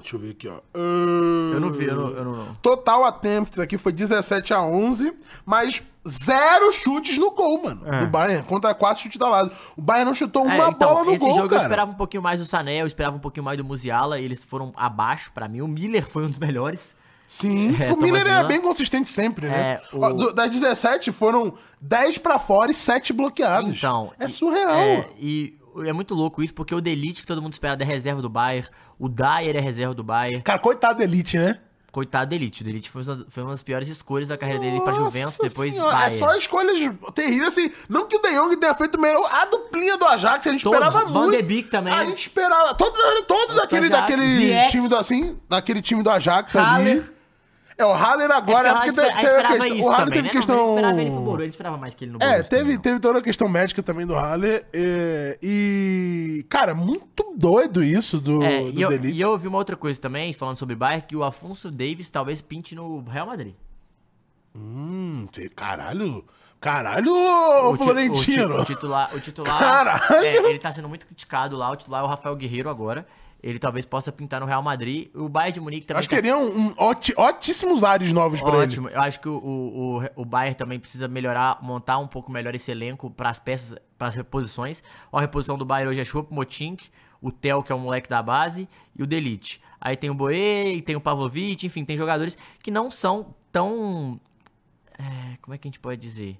Deixa eu ver aqui, ó. Eu não vi, eu Hum. não, eu não- Total attempts aqui foi 17 a 11, mas zero chutes no gol, mano. É. Do Bayern, contra quatro chutes da Lazio. O Bayern não chutou É, uma bola no esse gol, jogo cara. eu esperava um pouquinho mais do Sané, eu esperava um pouquinho mais do Musiala, e eles foram abaixo pra mim. O Miller foi um dos melhores. Sim, É, o Miller Thomas é Müller. bem consistente sempre, né? É, o- Ó, do- das 17 foram 10 pra fora e 7 bloqueados. Então, é e- surreal. É, e é muito louco isso, porque o Delite, que todo mundo espera, é reserva do Bayern. O Dyer é reserva do Bayern. Cara, coitado da Elite, né? Coitado do Delite. O Delite foi, uma- foi uma das piores escolhas da carreira dele pra Juventus, Nossa depois senhora, É Bayern. só escolhas terríveis, assim. Não que o De Jong tenha feito melhor. A duplinha do Ajax, a gente Todos, esperava Van muito. de Beek também. A gente esperava. Todos, todos aquele, Ajax, daquele Ziyech. time do assim. Daquele time do Ajax ali. Haller. É, o Haller agora é porque a gente, teve, teve a esperava questão. isso O Haller também, teve né? Não, mas a gente questão. esperava ele pro Boru, a gente esperava mais que ele no Boru. É, teve, teve toda a questão médica também do Haller. é, E, Cara, muito doido isso do, É, do e, eu, Delite. e eu ouvi uma outra coisa também, falando sobre Bayern, que o Afonso Davis talvez pinte no Real Madrid. Hum, cê- caralho. Caralho, ti- Florentino. O, ti- o titular, o titular Caralho! é, ele tá sendo muito criticado lá, o titular é o Rafael Guerreiro agora. Ele talvez possa pintar no Real Madrid. O Bayern de Munique também Acho que tá teria um, um óti- ótimos ares novos pra ele. Ótimo. Eu acho que o, o, o- o Bayern também precisa melhorar, montar um pouco melhor esse elenco para as peças, para as reposições. Ó, A reposição do Bayern hoje é Chup, Motink, o Theo, que é o moleque da base, e o Delite. Aí tem o Boe, tem o Pavlovic, enfim, tem jogadores que não são tão. é, como é que a gente pode dizer?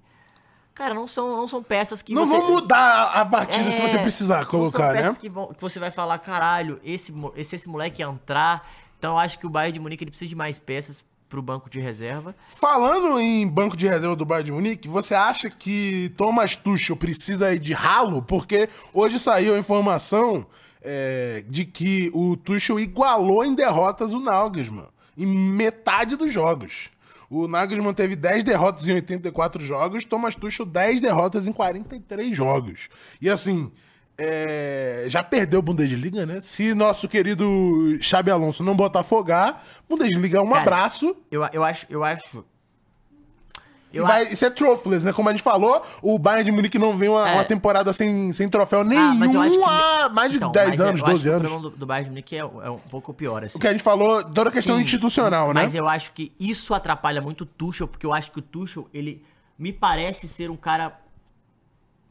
Cara, não são, não são peças que Não você... vão mudar a batida É, se você precisar não são colocar, né? peças Que, vão- que você vai falar, caralho, esse, mo- esse, esse moleque ia entrar. Então eu acho que o Bayern de Munique ele precisa de mais peças pro banco de reserva. Falando em banco de reserva do Bayern de Munique, você acha que Thomas Tuchel precisa ir de ralo? Porque hoje saiu a informação é, de que o Tuchel igualou em derrotas o Nagelsmann em metade dos jogos. O Nagelsmann teve 10 derrotas em 84 jogos, Thomas Tuchel 10 derrotas em 43 jogos. E assim, é, já perdeu o Bundesliga, né? Se nosso querido Xabi Alonso não botafogar, Bundesliga é um Cara, abraço. Eu, eu acho, eu acho. E vai- isso é trophless, né? Como a gente falou, o Bayern de Munique não vem uma, É. uma temporada sem, sem troféu Ah, mas eu acho nenhum que- há mais de Então, 10 mas eu anos, acho 12 que anos. O problema do, do Bayern de Munique é, é um pouco pior, assim. O que a gente falou, toda a é questão Sim, institucional, né? Mas é eu acho que isso atrapalha muito o Tuchel, porque eu acho que o Tuchel, ele me parece ser um cara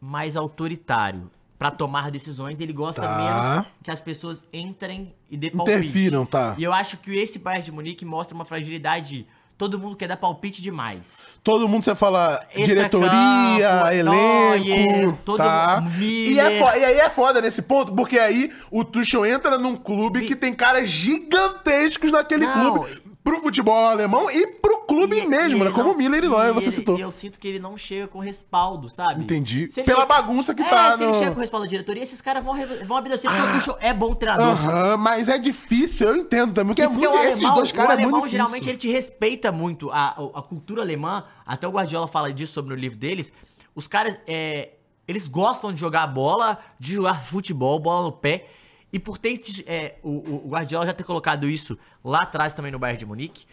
mais autoritário pra tomar decisões. Ele gosta Tá. menos que as pessoas entrem e dê palpite. Interfiram, tá. E eu acho que esse Bayern de Munique mostra uma fragilidade. Todo mundo quer dar palpite demais. Todo mundo, você fala Extracampo, diretoria, Neuer, elenco, todo tá? mundo- E, é Miller. fo- e aí é foda nesse ponto, porque aí o Tuchel entra num clube que tem caras gigantescos naquele Não. clube, pro futebol alemão e pro clube E- mesmo, e né? ele Como não- o Miller e Neuer, você ele- citou. E eu sinto que ele não chega com respaldo, sabe? Entendi. Se ele Pela chega- bagunça que é, tá se no- Ah. ele chega com respaldo da diretoria, esses caras vão, re- vão obedecer porque o Tuchel é bom treinador. Aham, mas é difícil, eu entendo também. Porque, E é porque muito, o esses alemão, dois o caras é alemão muito difícil. geralmente ele te respeita muito. A, a cultura alemã, até o Guardiola fala disso sobre o livro deles. Os caras, é, eles gostam de jogar bola, de jogar futebol, bola no pé. E por ter esse- é, o, o Guardiola já ter colocado isso lá atrás também no Bayern de Munique,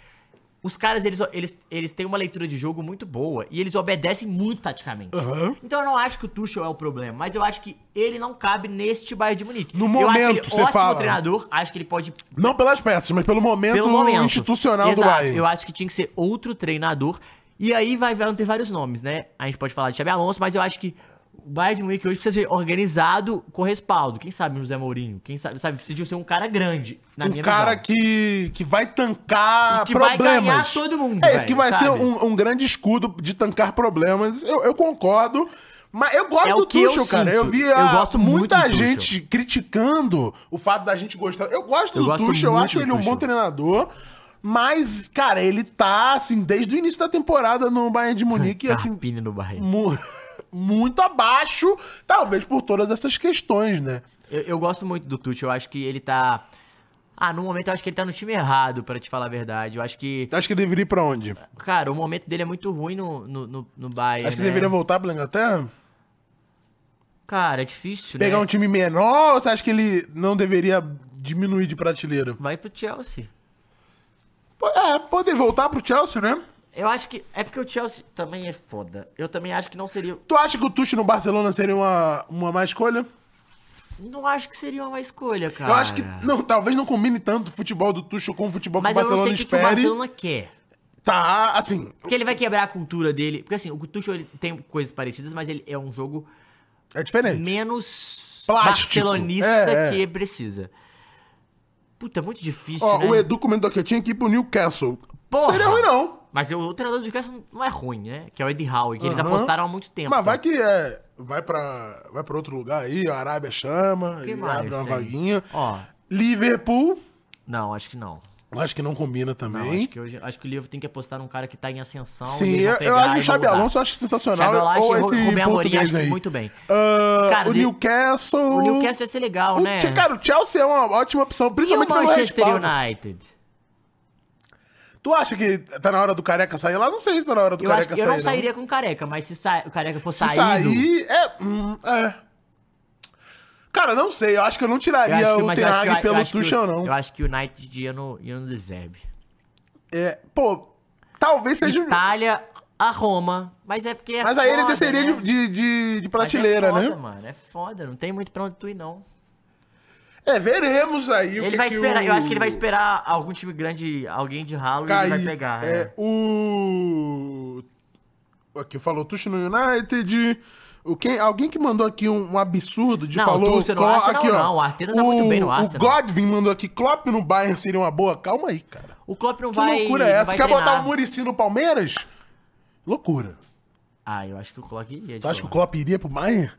os caras eles, eles, eles têm uma leitura de jogo muito boa e eles obedecem muito taticamente. Aham. Então eu não acho que o Tuchel é o problema, mas eu acho que ele não cabe neste Bayern de Munique. No eu acho ele momento, você ótimo fala. treinador, acho que ele pode Não pelas peças, mas pelo momento, pelo momento. É um institucional Exato. do Bayern. Eu acho que tinha que ser outro treinador. E aí vai, vão ter vários nomes, né? A gente pode falar de Xabi Alonso, mas eu acho que o Bayern de Munique hoje precisa ser organizado com respaldo. Quem sabe o José Mourinho? Quem sabe, sabe precisa de ser um cara grande, na Um minha cara visão. que, que vai tancar E que vai problemas. ganhar todo mundo, É, esse velho, que vai sabe? ser um, um grande escudo de tancar problemas. Eu, eu concordo. Mas eu gosto É o do que eu Tuchel, cara. sinto. Eu vi Eu a- gosto muito muita do Tuchel. gente criticando o fato da gente gostar. Eu gosto Eu do gosto Tuchel, eu muito acho do ele um bom Tuchel. treinador. Mas, cara, ele tá, assim, desde o início da temporada no Bayern de Munique, assim, Carpini no Bayern. mu- muito abaixo, talvez por todas essas questões, né? Eu, eu gosto muito do Tuchel, eu acho que ele tá... Ah, no momento eu acho que ele tá no time errado, pra te falar a verdade. Eu acho que... Então, Acho que deveria ir pra onde? Cara, o momento dele é muito ruim no, no, no, no Bayern, Acho que né? deveria voltar pra Inglaterra? Cara, é difícil, Pegar né? um time menor ou você acha que ele não deveria diminuir de prateleira? Vai pro Chelsea. Pô, É, poder voltar pro Chelsea, né? Eu acho que. É porque o Chelsea também é foda. Eu também acho que não seria. Tu acha que o Tuchel no Barcelona seria uma, uma má escolha? Não acho que seria uma escolha, cara. Eu acho que, não, talvez não combine tanto o futebol do Tuchel com o futebol que Mas o eu não sei o que, Barcelona que o espere. Barcelona quer. Tá, assim, Porque ele vai quebrar a cultura dele. Porque assim, o Tuchel ele tem coisas parecidas, mas ele é um jogo é diferente. menos Plástico. barcelonista É, é. que precisa. Puta, é muito difícil, Ó, né? o Edu comentou que tinha que ir pro Newcastle. Porra! Seria ruim não. Mas o treinador do Newcastle não é ruim, né? Que é o Eddie Howe, que eles Aham. apostaram há muito tempo. Mas vai que é, vai pra, vai pra outro lugar aí, a Arábia chama, Que e mais abre uma tem? vaguinha. Ó, Liverpool, não, acho que não. acho que não combina Não, também. acho que, hoje, acho que o livro tem que apostar num cara que tá em ascensão. e Sim, eles vão eu, eu pegar e acho que o vão Xabi mudar. Alonso acho sensacional. Xabi Alonso ou e esse Rubem Amorim português acho aí. muito bem. Ah, Cara, o de- Newcastle... O Newcastle ia ser legal, o né? Che- Cara, o Chelsea é uma ótima opção, e o principalmente pelo Manchester respaldo. United? Tu acha que tá na hora do careca sair lá? Não sei se tá na hora do Eu, acho, careca que eu sair. não sairia com careca, mas se sa- o careca for Se sair. sair, é, hum, é. Cara, não sei. Eu acho que eu não tiraria o Tenag pelo Tuchel, ou não. Eu acho que o United ia no, ia no deserve. É, pô, talvez seja. Itália, a Roma. Mas é porque. É mas aí ele tá foda, desceria né? de, de, de- de Mas prateleira, é foda, né? mano. É foda. Não tem muito pra onde tu ir, não. É, veremos aí o Ele que vai que esperar. o- Eu acho que ele vai esperar algum time grande, alguém de ralo e ele vai pegar. É, né? o. Aqui falou Tuxo no United. O quem, alguém que mandou aqui um, um absurdo de Não, falou. Tuchel no Klopp- Arsenal aqui, ó. não, o Arteta tá muito bem no Arsenal. O Godwin mandou aqui, Klopp no Bayern seria uma boa. Calma aí, cara. O Klopp não Que vai. loucura é não essa? vai Quer botar treinar. o Murici no Palmeiras? Loucura. Ah, eu acho que o Klopp iria. Tu acha que o Klopp iria pro Bayern?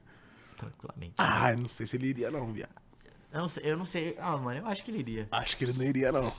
Tranquilamente. Ah, eu não sei se ele iria não, viado. Eu não, sei, eu não sei. Ah, mano, eu acho que ele iria. Acho que ele não iria não.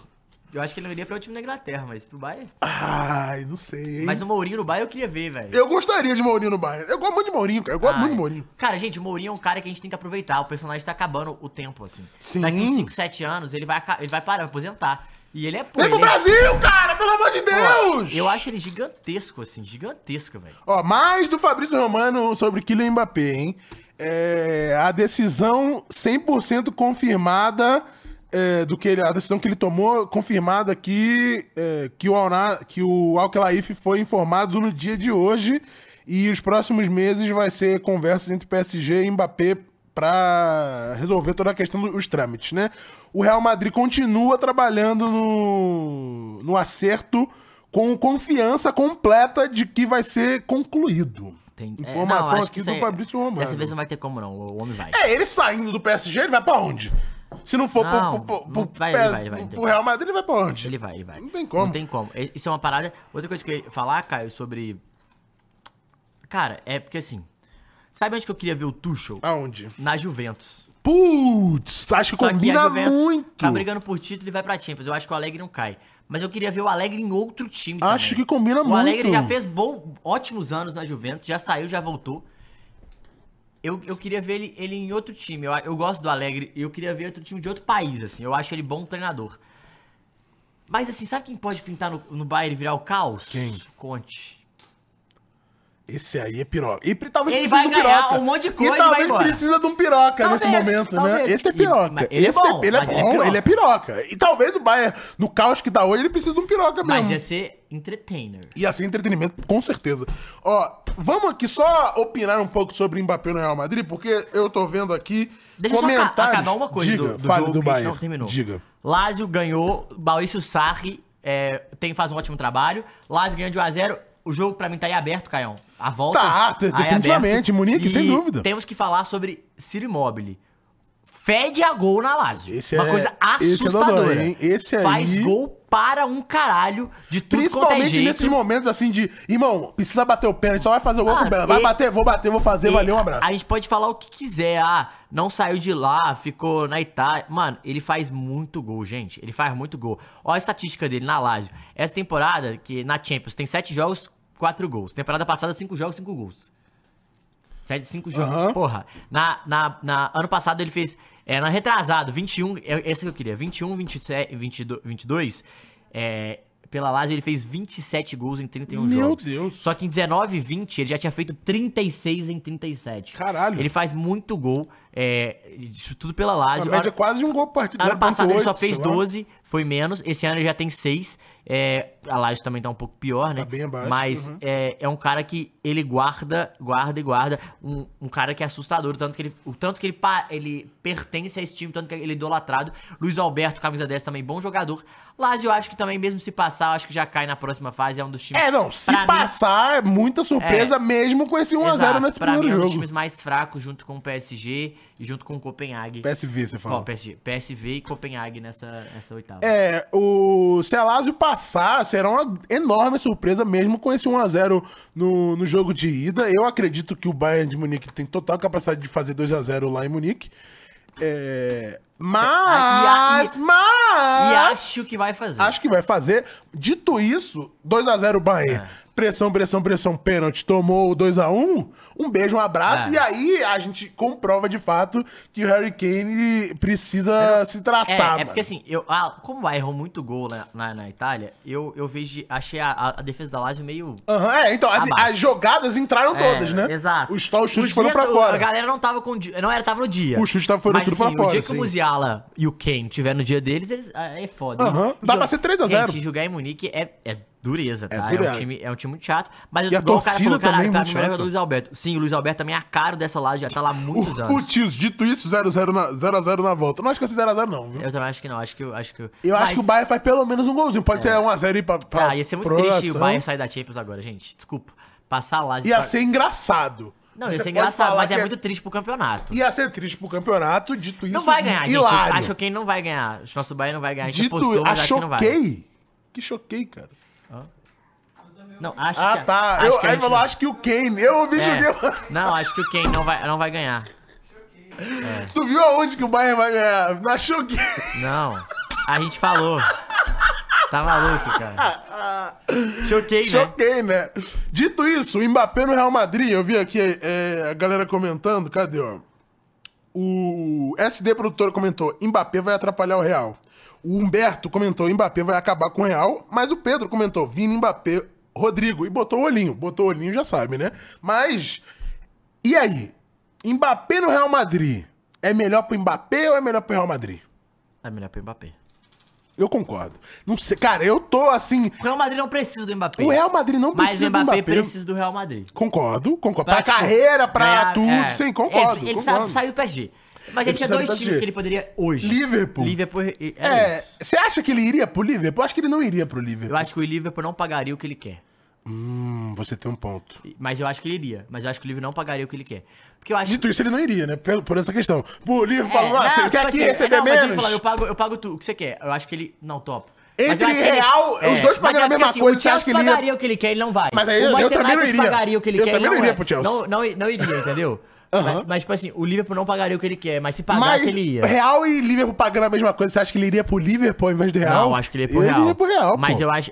Eu acho que ele não iria pra o time da Inglaterra, mas pro Bayern. Ai, não sei, hein. Mas o Mourinho no Bayern eu queria ver, velho. Eu gostaria de Mourinho no Bayern. Eu gosto muito de Mourinho, cara. Eu gosto Ah, muito de é. Mourinho. Cara, gente, o Mourinho é um cara que a gente tem que aproveitar. O personagem tá acabando o tempo, assim. Sim. Daqui uns 5, 7 anos ele vai, aca- ele vai parar, aposentar. E ele é pô, Vem pro ele é- Brasil, cara! Pelo amor de pô, Deus! Eu acho ele gigantesco, assim, gigantesco, velho. Ó, mais do Fabrício Romano sobre Kylian Mbappé, hein? É, a decisão 100% confirmada é, do que ele, a decisão que ele tomou, confirmada aqui, é, que o, Alna, que o Al-Khelaif foi informado no dia de hoje e os próximos meses vai ser conversas entre PSG e Mbappé pra resolver toda a questão dos trâmites, né? O Real Madrid continua trabalhando no, no acerto com confiança completa de que vai ser concluído. Tem- é, Informação não, acho que aqui isso do aí- Fabrício Romano. Dessa vez não vai ter como, não. O homem vai. É, ele saindo do PSG, ele vai pra onde? Se não for pro- Não, pro, pro- não pro vai, ele PS- vai, ele vai, pro então. Real Madrid, ele vai pra onde? Ele vai, ele vai. Não tem como. Não tem como. E- Isso é uma parada. Outra coisa que eu ia falar, Caio, sobre. Cara, é porque assim. Sabe onde que eu queria ver o Tuchel? Aonde? Na Juventus. Putz, acho que Só combina a Juventus muito. Tá brigando por título e vai pra Champions. Eu acho que o Alegre não cai. Mas eu queria ver o Alegre em outro time Acho também. que combina O Tá muito. Alegre já fez bom, ótimos anos na Juventus, já saiu, já voltou. Eu, eu queria ver ele, ele em outro time. Eu, eu gosto do Alegre e eu queria ver outro time de outro país, assim. Eu acho ele bom treinador. Mas assim, sabe quem pode pintar no, no Bayern e virar o caos? Quem? Conte. Esse aí é piroca. E pri- talvez Ele precise vai de um ganhar piroca. um monte de coisa E e talvez vai embora. precisa de um piroca Talvez, nesse momento, talvez. né? Esse é E- piroca. mas ele é Esse bom, ele é mas bom, ele é piroca. ele é piroca. E talvez o Bayern, no caos que tá hoje, ele precisa de um piroca mesmo. Mas ia ser entertainer. Ia ser assim, entretenimento, com certeza. Ó, vamos aqui só opinar um pouco sobre Mbappé no Real Madrid, porque eu tô vendo aqui Deixa eu só comentários. aca- acabar uma coisa Diga, do, do fale jogo do que a gente Bayern. não terminou. Diga. Lazio ganhou, Maurício Sarri é, tem, faz um ótimo trabalho. Lazio ganhou de 1x0. O jogo pra mim tá aí aberto, Caião. A volta. Tá, aí definitivamente, aberto. Munique, sem dúvida. Temos que falar sobre Ciro Immobile. Fede a gol na Lazio. Esse Uma é- coisa esse é assustadora. dodói, hein? Esse aí- Faz gol para um caralho de tudo quanto é Principalmente jeito. nesses momentos assim de, irmão, precisa bater o pênalti, só vai fazer o gol Mano, com o pênalti. Vai e- bater, vou bater, vou fazer, E valeu, um abraço. A gente pode falar o que quiser. Ah, não saiu de lá, ficou na Itália. Mano, ele faz muito gol, gente. Ele faz muito gol. Olha a estatística dele na Lazio. Essa temporada, que na Champions tem 7 jogos, 4 gols. Temporada passada, 5 jogos, 5 gols. 7, 5 jogos. Aham. Porra. Na, na, na- ano passado ele fez. É, na retrasado, 21. É, esse que eu queria. 21, 27, 22. 22 é, pela Lazio ele fez 27 gols em 31 Meu jogos. Deus. Só que em 19 e 20 ele já tinha feito 36 em 37. Caralho. Ele faz muito gol. É, isso tudo pela Lazio. a média é Ano- quase de um gol por partida. Ano passado ele só 0.8, fez sei lá. 12, foi menos. Esse ano ele já tem 6. É, a Lazio também tá um pouco pior, né? Tá bem abaixo, Mas uhum. é, é um cara que ele guarda, guarda e guarda. Um, um cara que é assustador. o Tanto que ele, o tanto que ele, pa- ele pertence a esse time, o tanto que ele é idolatrado. Luiz Alberto, camisa 10, também bom jogador. Lazio, eu acho que também, mesmo se passar, eu acho que já cai na próxima fase. É um dos times. É, não, se pra mim, passar, é muita surpresa, É. mesmo com esse 1x0 Exato, nesse pra primeiro mim, é um dos jogo. times mais fracos, junto com o PSG e junto com o Copenhague. PSV, você fala. Ó, PSG, PSV e Copenhague nessa, nessa oitava. É, o, se a Lazio passar, será uma enorme surpresa mesmo com esse 1x0 no, no jogo de ida. Eu acredito que o Bayern de Munique tem total capacidade de fazer 2x0 lá em Munique. É, mas, E mas... E acho que vai fazer. É. Acho que vai fazer. Dito isso, 2x0 Bayern. Pressão, pressão, pressão, pênalti. Tomou o 2x1. Um. um beijo, um abraço. É. E aí a gente comprova de fato que o Harry Kane precisa se tratar. É, é tá, mano. porque assim, eu, ah, como o Bayern errou muito gol na, na, na Itália, eu, eu vejo, achei a, a- a defesa da Lazio meio... Aham, é, então as, Abaixo. as jogadas entraram Ah, É, todas, né? Exato. Os, só os chutes Os foram dias- pra o- A fora. galera não tava com. o di- Não era, tava no dia. Os chutes tavam- foram tudo pra assim, fora, O dia que sim. o Musiala e o Kane tiver no dia deles, eles. ah, É foda. Aham, O dá jogo- pra ser 3 a 0. Gente, jogar em Munique é, é dureza, tá? É, dureza. um time, é um time muito chato. Mas E a igual o cara torcida falou, também é caralho, pra muito mim, o melhor chata. jogador é o Luiz Alberto. Sim, o Luiz Alberto também é a cara dessa lá, já tá lá há muitos O, o anos. Tios, dito isso, 0x0 na, 0 a 0 na volta. Eu Não acho que vai ser 0x0, não, viu? Eu também acho que não, acho que. Acho que Eu Mas- É. acho que o Bayern faz pelo menos um golzinho. Pode ser 1x0 e ir pra, pra Ah, ia ser muito prorrogação. triste o Bayern sair da Champions agora, gente. Desculpa. Passar lá. Ia ser engraçado. Não, ia assim, Você ser pode engraçado, falar mas é que muito triste pro campeonato. Ia ser triste pro campeonato, dito isso. Não vai ganhar, gente. hilário. Acho que quem não vai ganhar. Acho que nosso Bahia não vai ganhar. A gente Dito apostou, isso, mas acho que não vai. choquei. Que choquei, cara. Não, acho Ah, que. é. tá. Acho Eu, que a aí gente falou, não- acho que o Kane. Eu ouvi É. joguei. Não, acho que o Ken não vai, não vai ganhar. Tu viu aonde que o Bayern vai ganhar? Na choquei. Não. A gente falou. Tá maluco, cara. Choquei, né? Choquei, né? Dito isso, o Mbappé no Real Madrid, eu vi aqui é, a galera comentando, cadê, ó? O SD produtor comentou, Mbappé vai atrapalhar o Real. O Humberto comentou, Mbappé vai acabar com o Real, mas o Pedro comentou, Vini, Mbappé, Rodrigo, e botou o olhinho. Botou o olhinho, já sabe, né? Mas, e aí? Mbappé no Real Madrid, é melhor pro Mbappé ou é melhor pro Real Madrid? É melhor pro Mbappé. Eu concordo. Não sei, cara, eu tô assim... O Real Madrid não precisa do Mbappé. O Real Madrid não Mas precisa o do Mbappé, Mbappé. precisa do Real Madrid. Concordo, concordo. Pra, tipo, carreira, pra ganhar- tudo, é. sim, concordo. Ele, ele concordo. precisava sair do PSG. Mas ele, Ele tinha precisava do dois times PSG. que ele poderia hoje. Liverpool. Liverpool. e- era É, isso. você acha que ele iria pro Liverpool? Eu acho que ele não iria pro Eu Liverpool. acho que o Liverpool não pagaria o que ele quer. Hum, você tem um ponto. Mas eu acho que ele iria. Mas eu acho que o livro não pagaria o que ele quer. Porque eu acho Dito isso, ele não iria, né? Por, por essa questão. Pro Liverpool, É, falando, ah, você tipo quer aqui assim, é, receber não, mas ele menos? falou, eu pago, eu pago tu, o que você quer. Eu acho que ele. Não, top. Entre é, real, os dois pagando a mesma coisa, você acha que ele ia- pagaria assim, o que ele quer, ele não vai. Mas aí eu o Manchester também não United iria. pagaria o que ele Eu quer, também ele não iria pro vai. Chelsea. Não, não, não iria, entendeu? mas, mas, tipo assim, o Liverpool não pagaria o que ele quer, mas se pagasse, Mas ele ia. Real e Liverpool pagando a mesma coisa, você acha que ele iria pro Liverpool ao invés do Real? Não, acho que ele ia pro Real. Ele iria pro Real, Mas pô. eu acho.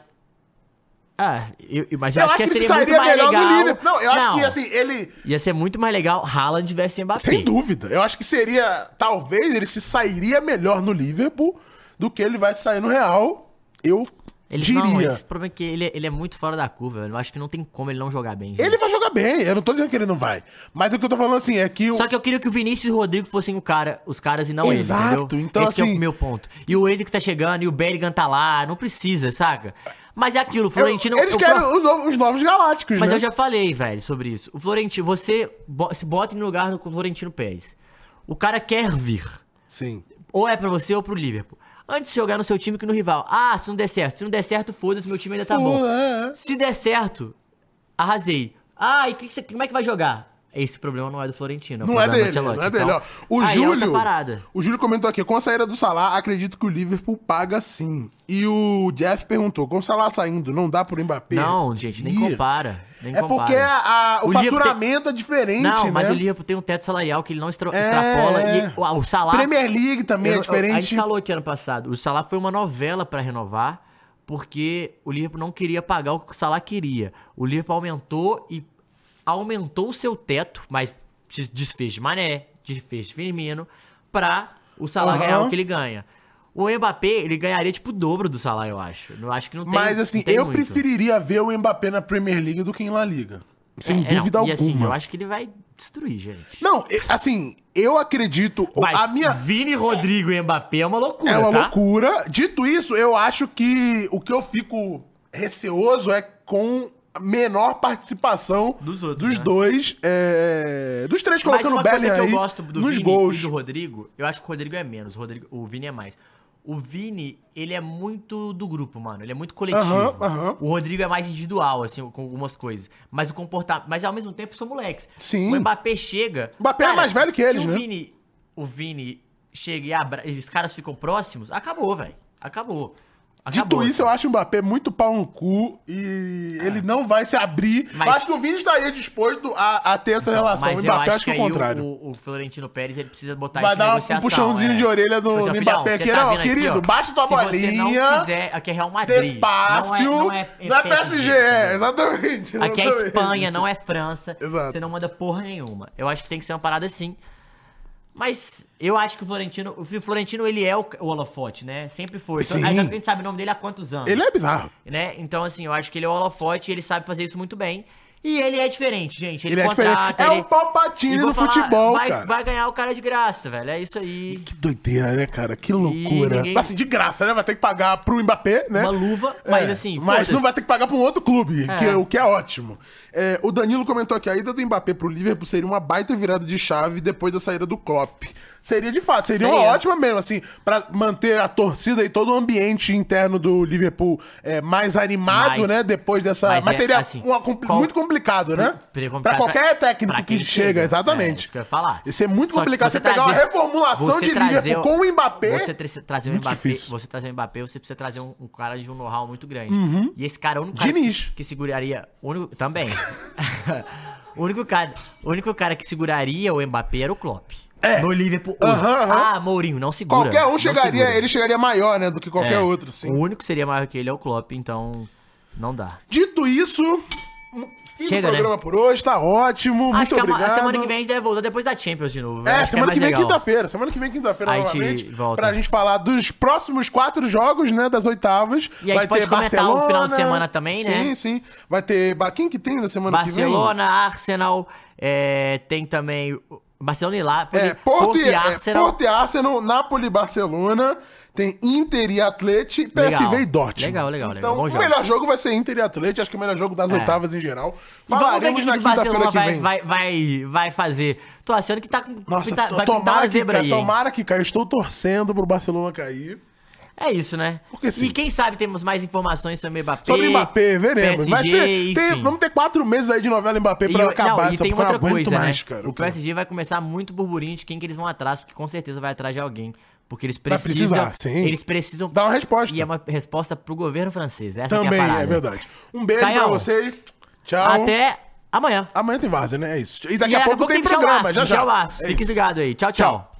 Ah, eu, eu- mas eu, Eu acho que ele seria sairia muito mais melhor legal. no Liverpool. Não, eu acho que, assim, ele... Ia ser muito mais legal Haaland versus Mbappé. Sem dúvida. Eu acho que seria. Talvez ele se sairia melhor no Liverpool do que ele vai sair no Real. Eu Ele, diria. Não, esse problema é que ele, ele é muito fora da curva. velho. Eu acho que não tem como ele não jogar bem. gente. Ele vai jogar bem. Eu não tô dizendo que ele não vai. Mas o que eu tô falando assim é que o. Só que eu queria que o Vinícius e o Rodrigo fossem o cara, os caras e não Exato, ele, entendeu? então, Esse é assim- o meu ponto. E o Hendrick tá chegando, e o Bellingham tá lá, não precisa, saca? Mas é aquilo, o eu- Florentino... eles eu- querem os novos, os novos galácticos, Mas né? eu já falei, velho, sobre isso. O Florentino, você bo- se bota no lugar do Florentino Pérez. O cara quer vir. Sim. Ou é pra você ou pro Liverpool. Antes de jogar no seu time que no rival. Ah, se não der certo. Se não der certo, foda-se, meu time ainda tá bom. Pô, é, é. Se der certo, arrasei. Ah, e que que você- como é que vai jogar? Esse problema não é do Florentino. Não é problema do dele, não é Ancelotti. dele. ó. Então, O aí é outra Júlio. parada. o Júlio comentou aqui: com a saída do Salah, acredito que o Liverpool paga sim. E o Jeff perguntou: com o Salah saindo, não dá pro Mbappé? Não, gente, nem Ih, compara. nem É compara. porque a- a- o, O Liverpool faturamento é diferente, Não, né? mas o Liverpool tem um teto salarial que ele não estra- É. extrapola. E o, o salário... Premier League também é Eu- eu- a diferente. gente falou aqui ano passado, o Salah foi uma novela pra renovar, porque o Liverpool não queria pagar o que o Salah queria. O Liverpool aumentou e aumentou o seu teto, mas se desfez de Mané, desfez de Firmino, pra o Salah Aham. ganhar o que ele ganha. O Mbappé, ele ganharia tipo o dobro do Salah, eu acho. Eu acho que não tem Mas assim, não tem eu muito. preferiria ver o Mbappé na Premier League do que em La Liga. Sem É, não, E dúvida alguma. assim, eu acho que ele vai destruir, gente. Não, e- assim, eu acredito. Mas a minha Vini, Rodrigo e Mbappé é uma loucura, é uma tá? loucura. Dito isso, eu acho que o que eu fico receoso é com a menor participação Dos outros, dos né? dois. é, dos três Mas colocando o uma coisa Bellingham que eu aí gosto do nos Vini gols. e do Rodrigo, eu acho que o Rodrigo é menos, o, Rodrigo, o Vini é mais. O Vini, ele é muito do grupo, mano. Ele é muito coletivo. Aham, aham. O Rodrigo é mais individual, assim, com algumas coisas. Mas o comportamento. Mas ao mesmo tempo são moleques. Sim. O Mbappé chega. O Mbappé é mais velho que se eles, o né? Vini, o Vini chega e abra... e os caras ficam próximos, acabou, velho. Acabou. Acabou. É. Dito isso, eu acho o Mbappé muito pau no cu e ele não vai se abrir. Mas- Eu acho que o Vini estaria disposto a, a ter essa relação. Mas o eu Mbappé acho acho que é o aí contrário. O, o Florentino Pérez ele precisa botar Vai esse dar um negociação, puxãozinho de orelha do- Tipo assim, ó, do filhão, Mbappé, você que não, vendo aqui, querido, ó, baixa tua Se você bolinha, não quiser, aqui é Real Madrid. Despácio. Não é, PSG, é, exatamente. Aqui é exatamente. Espanha, não é França. Exato. Você não manda porra nenhuma. Eu acho que tem que ser uma parada assim. Mas eu acho que o Florentino, o Florentino ele é o, o holofote, né? Sempre foi. Então, Sim. a gente sabe o nome dele há quantos anos Ele é bizarro. né? Então, assim, eu acho que ele é o holofote, ele sabe fazer isso muito bem. E ele é diferente, gente. Ele, Ele é diferente. contrata, É ele- o Palpatine E vou do falar, futebol, vai, cara. Vai ganhar o cara de graça, velho. É isso aí. Que doideira, né, cara? Que loucura. ninguém- Assim, de graça, né? Vai ter que pagar pro Mbappé, né? Uma luva, mas É, assim, Mas foda-se. não vai ter que pagar pra um outro clube, que é- É. o que é ótimo. É, o Danilo comentou aqui, a ida do Mbappé pro Liverpool seria uma baita virada de chave depois da saída do Klopp. Seria de fato, seria, uma Seria. ótima mesmo, assim, pra manter a torcida e todo o ambiente interno do Liverpool é, mais animado, Mas- né? Depois dessa. Mas, mas é, seria assim, uma compli- qual- muito complicado, né? Seria complicado pra qualquer pra- técnico pra que, quem chega, chega. É, exatamente. isso que eu ia falar. Isso é muito Só que complicado. Você, você pegar uma trazer- reformulação você de trazer um- Liverpool com o Mbappé. Você tra- trazer o Muito Mbappé, difícil. você trazer o Mbappé, você precisa trazer um, um cara de um know-how muito grande. E esse cara é o único cara que, Uhum. Diniz. se- que seguraria, o único, também. o único cara, o único cara que seguraria o Mbappé era o Klopp. É. No Liverpool. Aham, aham. Ah, Mourinho, não segura. Qualquer um não chegaria, segura. ele chegaria maior, né, do que qualquer É, outro, sim. O único que seria maior que ele é o Klopp, então não dá. Dito isso, fim Chega, né? do programa por hoje, tá ótimo, Acho muito que a ma- obrigado. a semana que vem a gente deve voltar depois da Champions de novo. É, Acho semana que, mais vem legal. quinta-feira, semana que vem é quinta-feira Aí a gente novamente, volta. pra gente falar dos próximos quatro jogos, né, das oitavas. E a gente pode comentar o final de semana também, sim, né? Sim, sim. Vai ter, ba- quem que tem na semana que vem? Barcelona, Arsenal, é, tem também. o- Barcelona e lá. É, Porto, e, é, Porto e Arsenal, Napoli e Barcelona, tem Inter e Atleti, PSV e Legal. Dortmund. Legal, legal, legal. Então, Bom o jogo. melhor jogo vai ser Inter e Atleti, acho que o melhor jogo das É. oitavas em geral. E vamos ver o que Falaremos que na o quinta-feira Barcelona que vai, vem. vai, vai, vai fazer. Tô achando que tá com. Nossa, tá, to- vai pintar tomara, uma que, zebra ca- aí. hein? tomara que caia. Eu Estou torcendo pro Barcelona cair. É isso, né? Porque sim. E quem sabe temos mais informações sobre o Mbappé. Sobre o Mbappé, veremos. PSG, Vai ter, enfim. tem- vamos ter quatro meses aí de novela Mbappé pra eu- acabar não, essa porque eu não aguento mais, né? cara. O PSG vai começar muito burburinho de quem que eles vão atrás, porque com certeza vai atrás de alguém. Porque eles Vai precisam. precisar, sim. Eles precisam. Dá uma resposta. E é uma resposta pro governo francês. Essa que Também, é a parada. é verdade. Um beijo pra Caião. vocês. Tchau. Até amanhã. Amanhã tem Várzea, né? É isso. E E daqui a pouco tem Michel programa, Bastos, já já. Michel Bastos. É Fique isso. ligado aí. tchau. Tchau. tchau.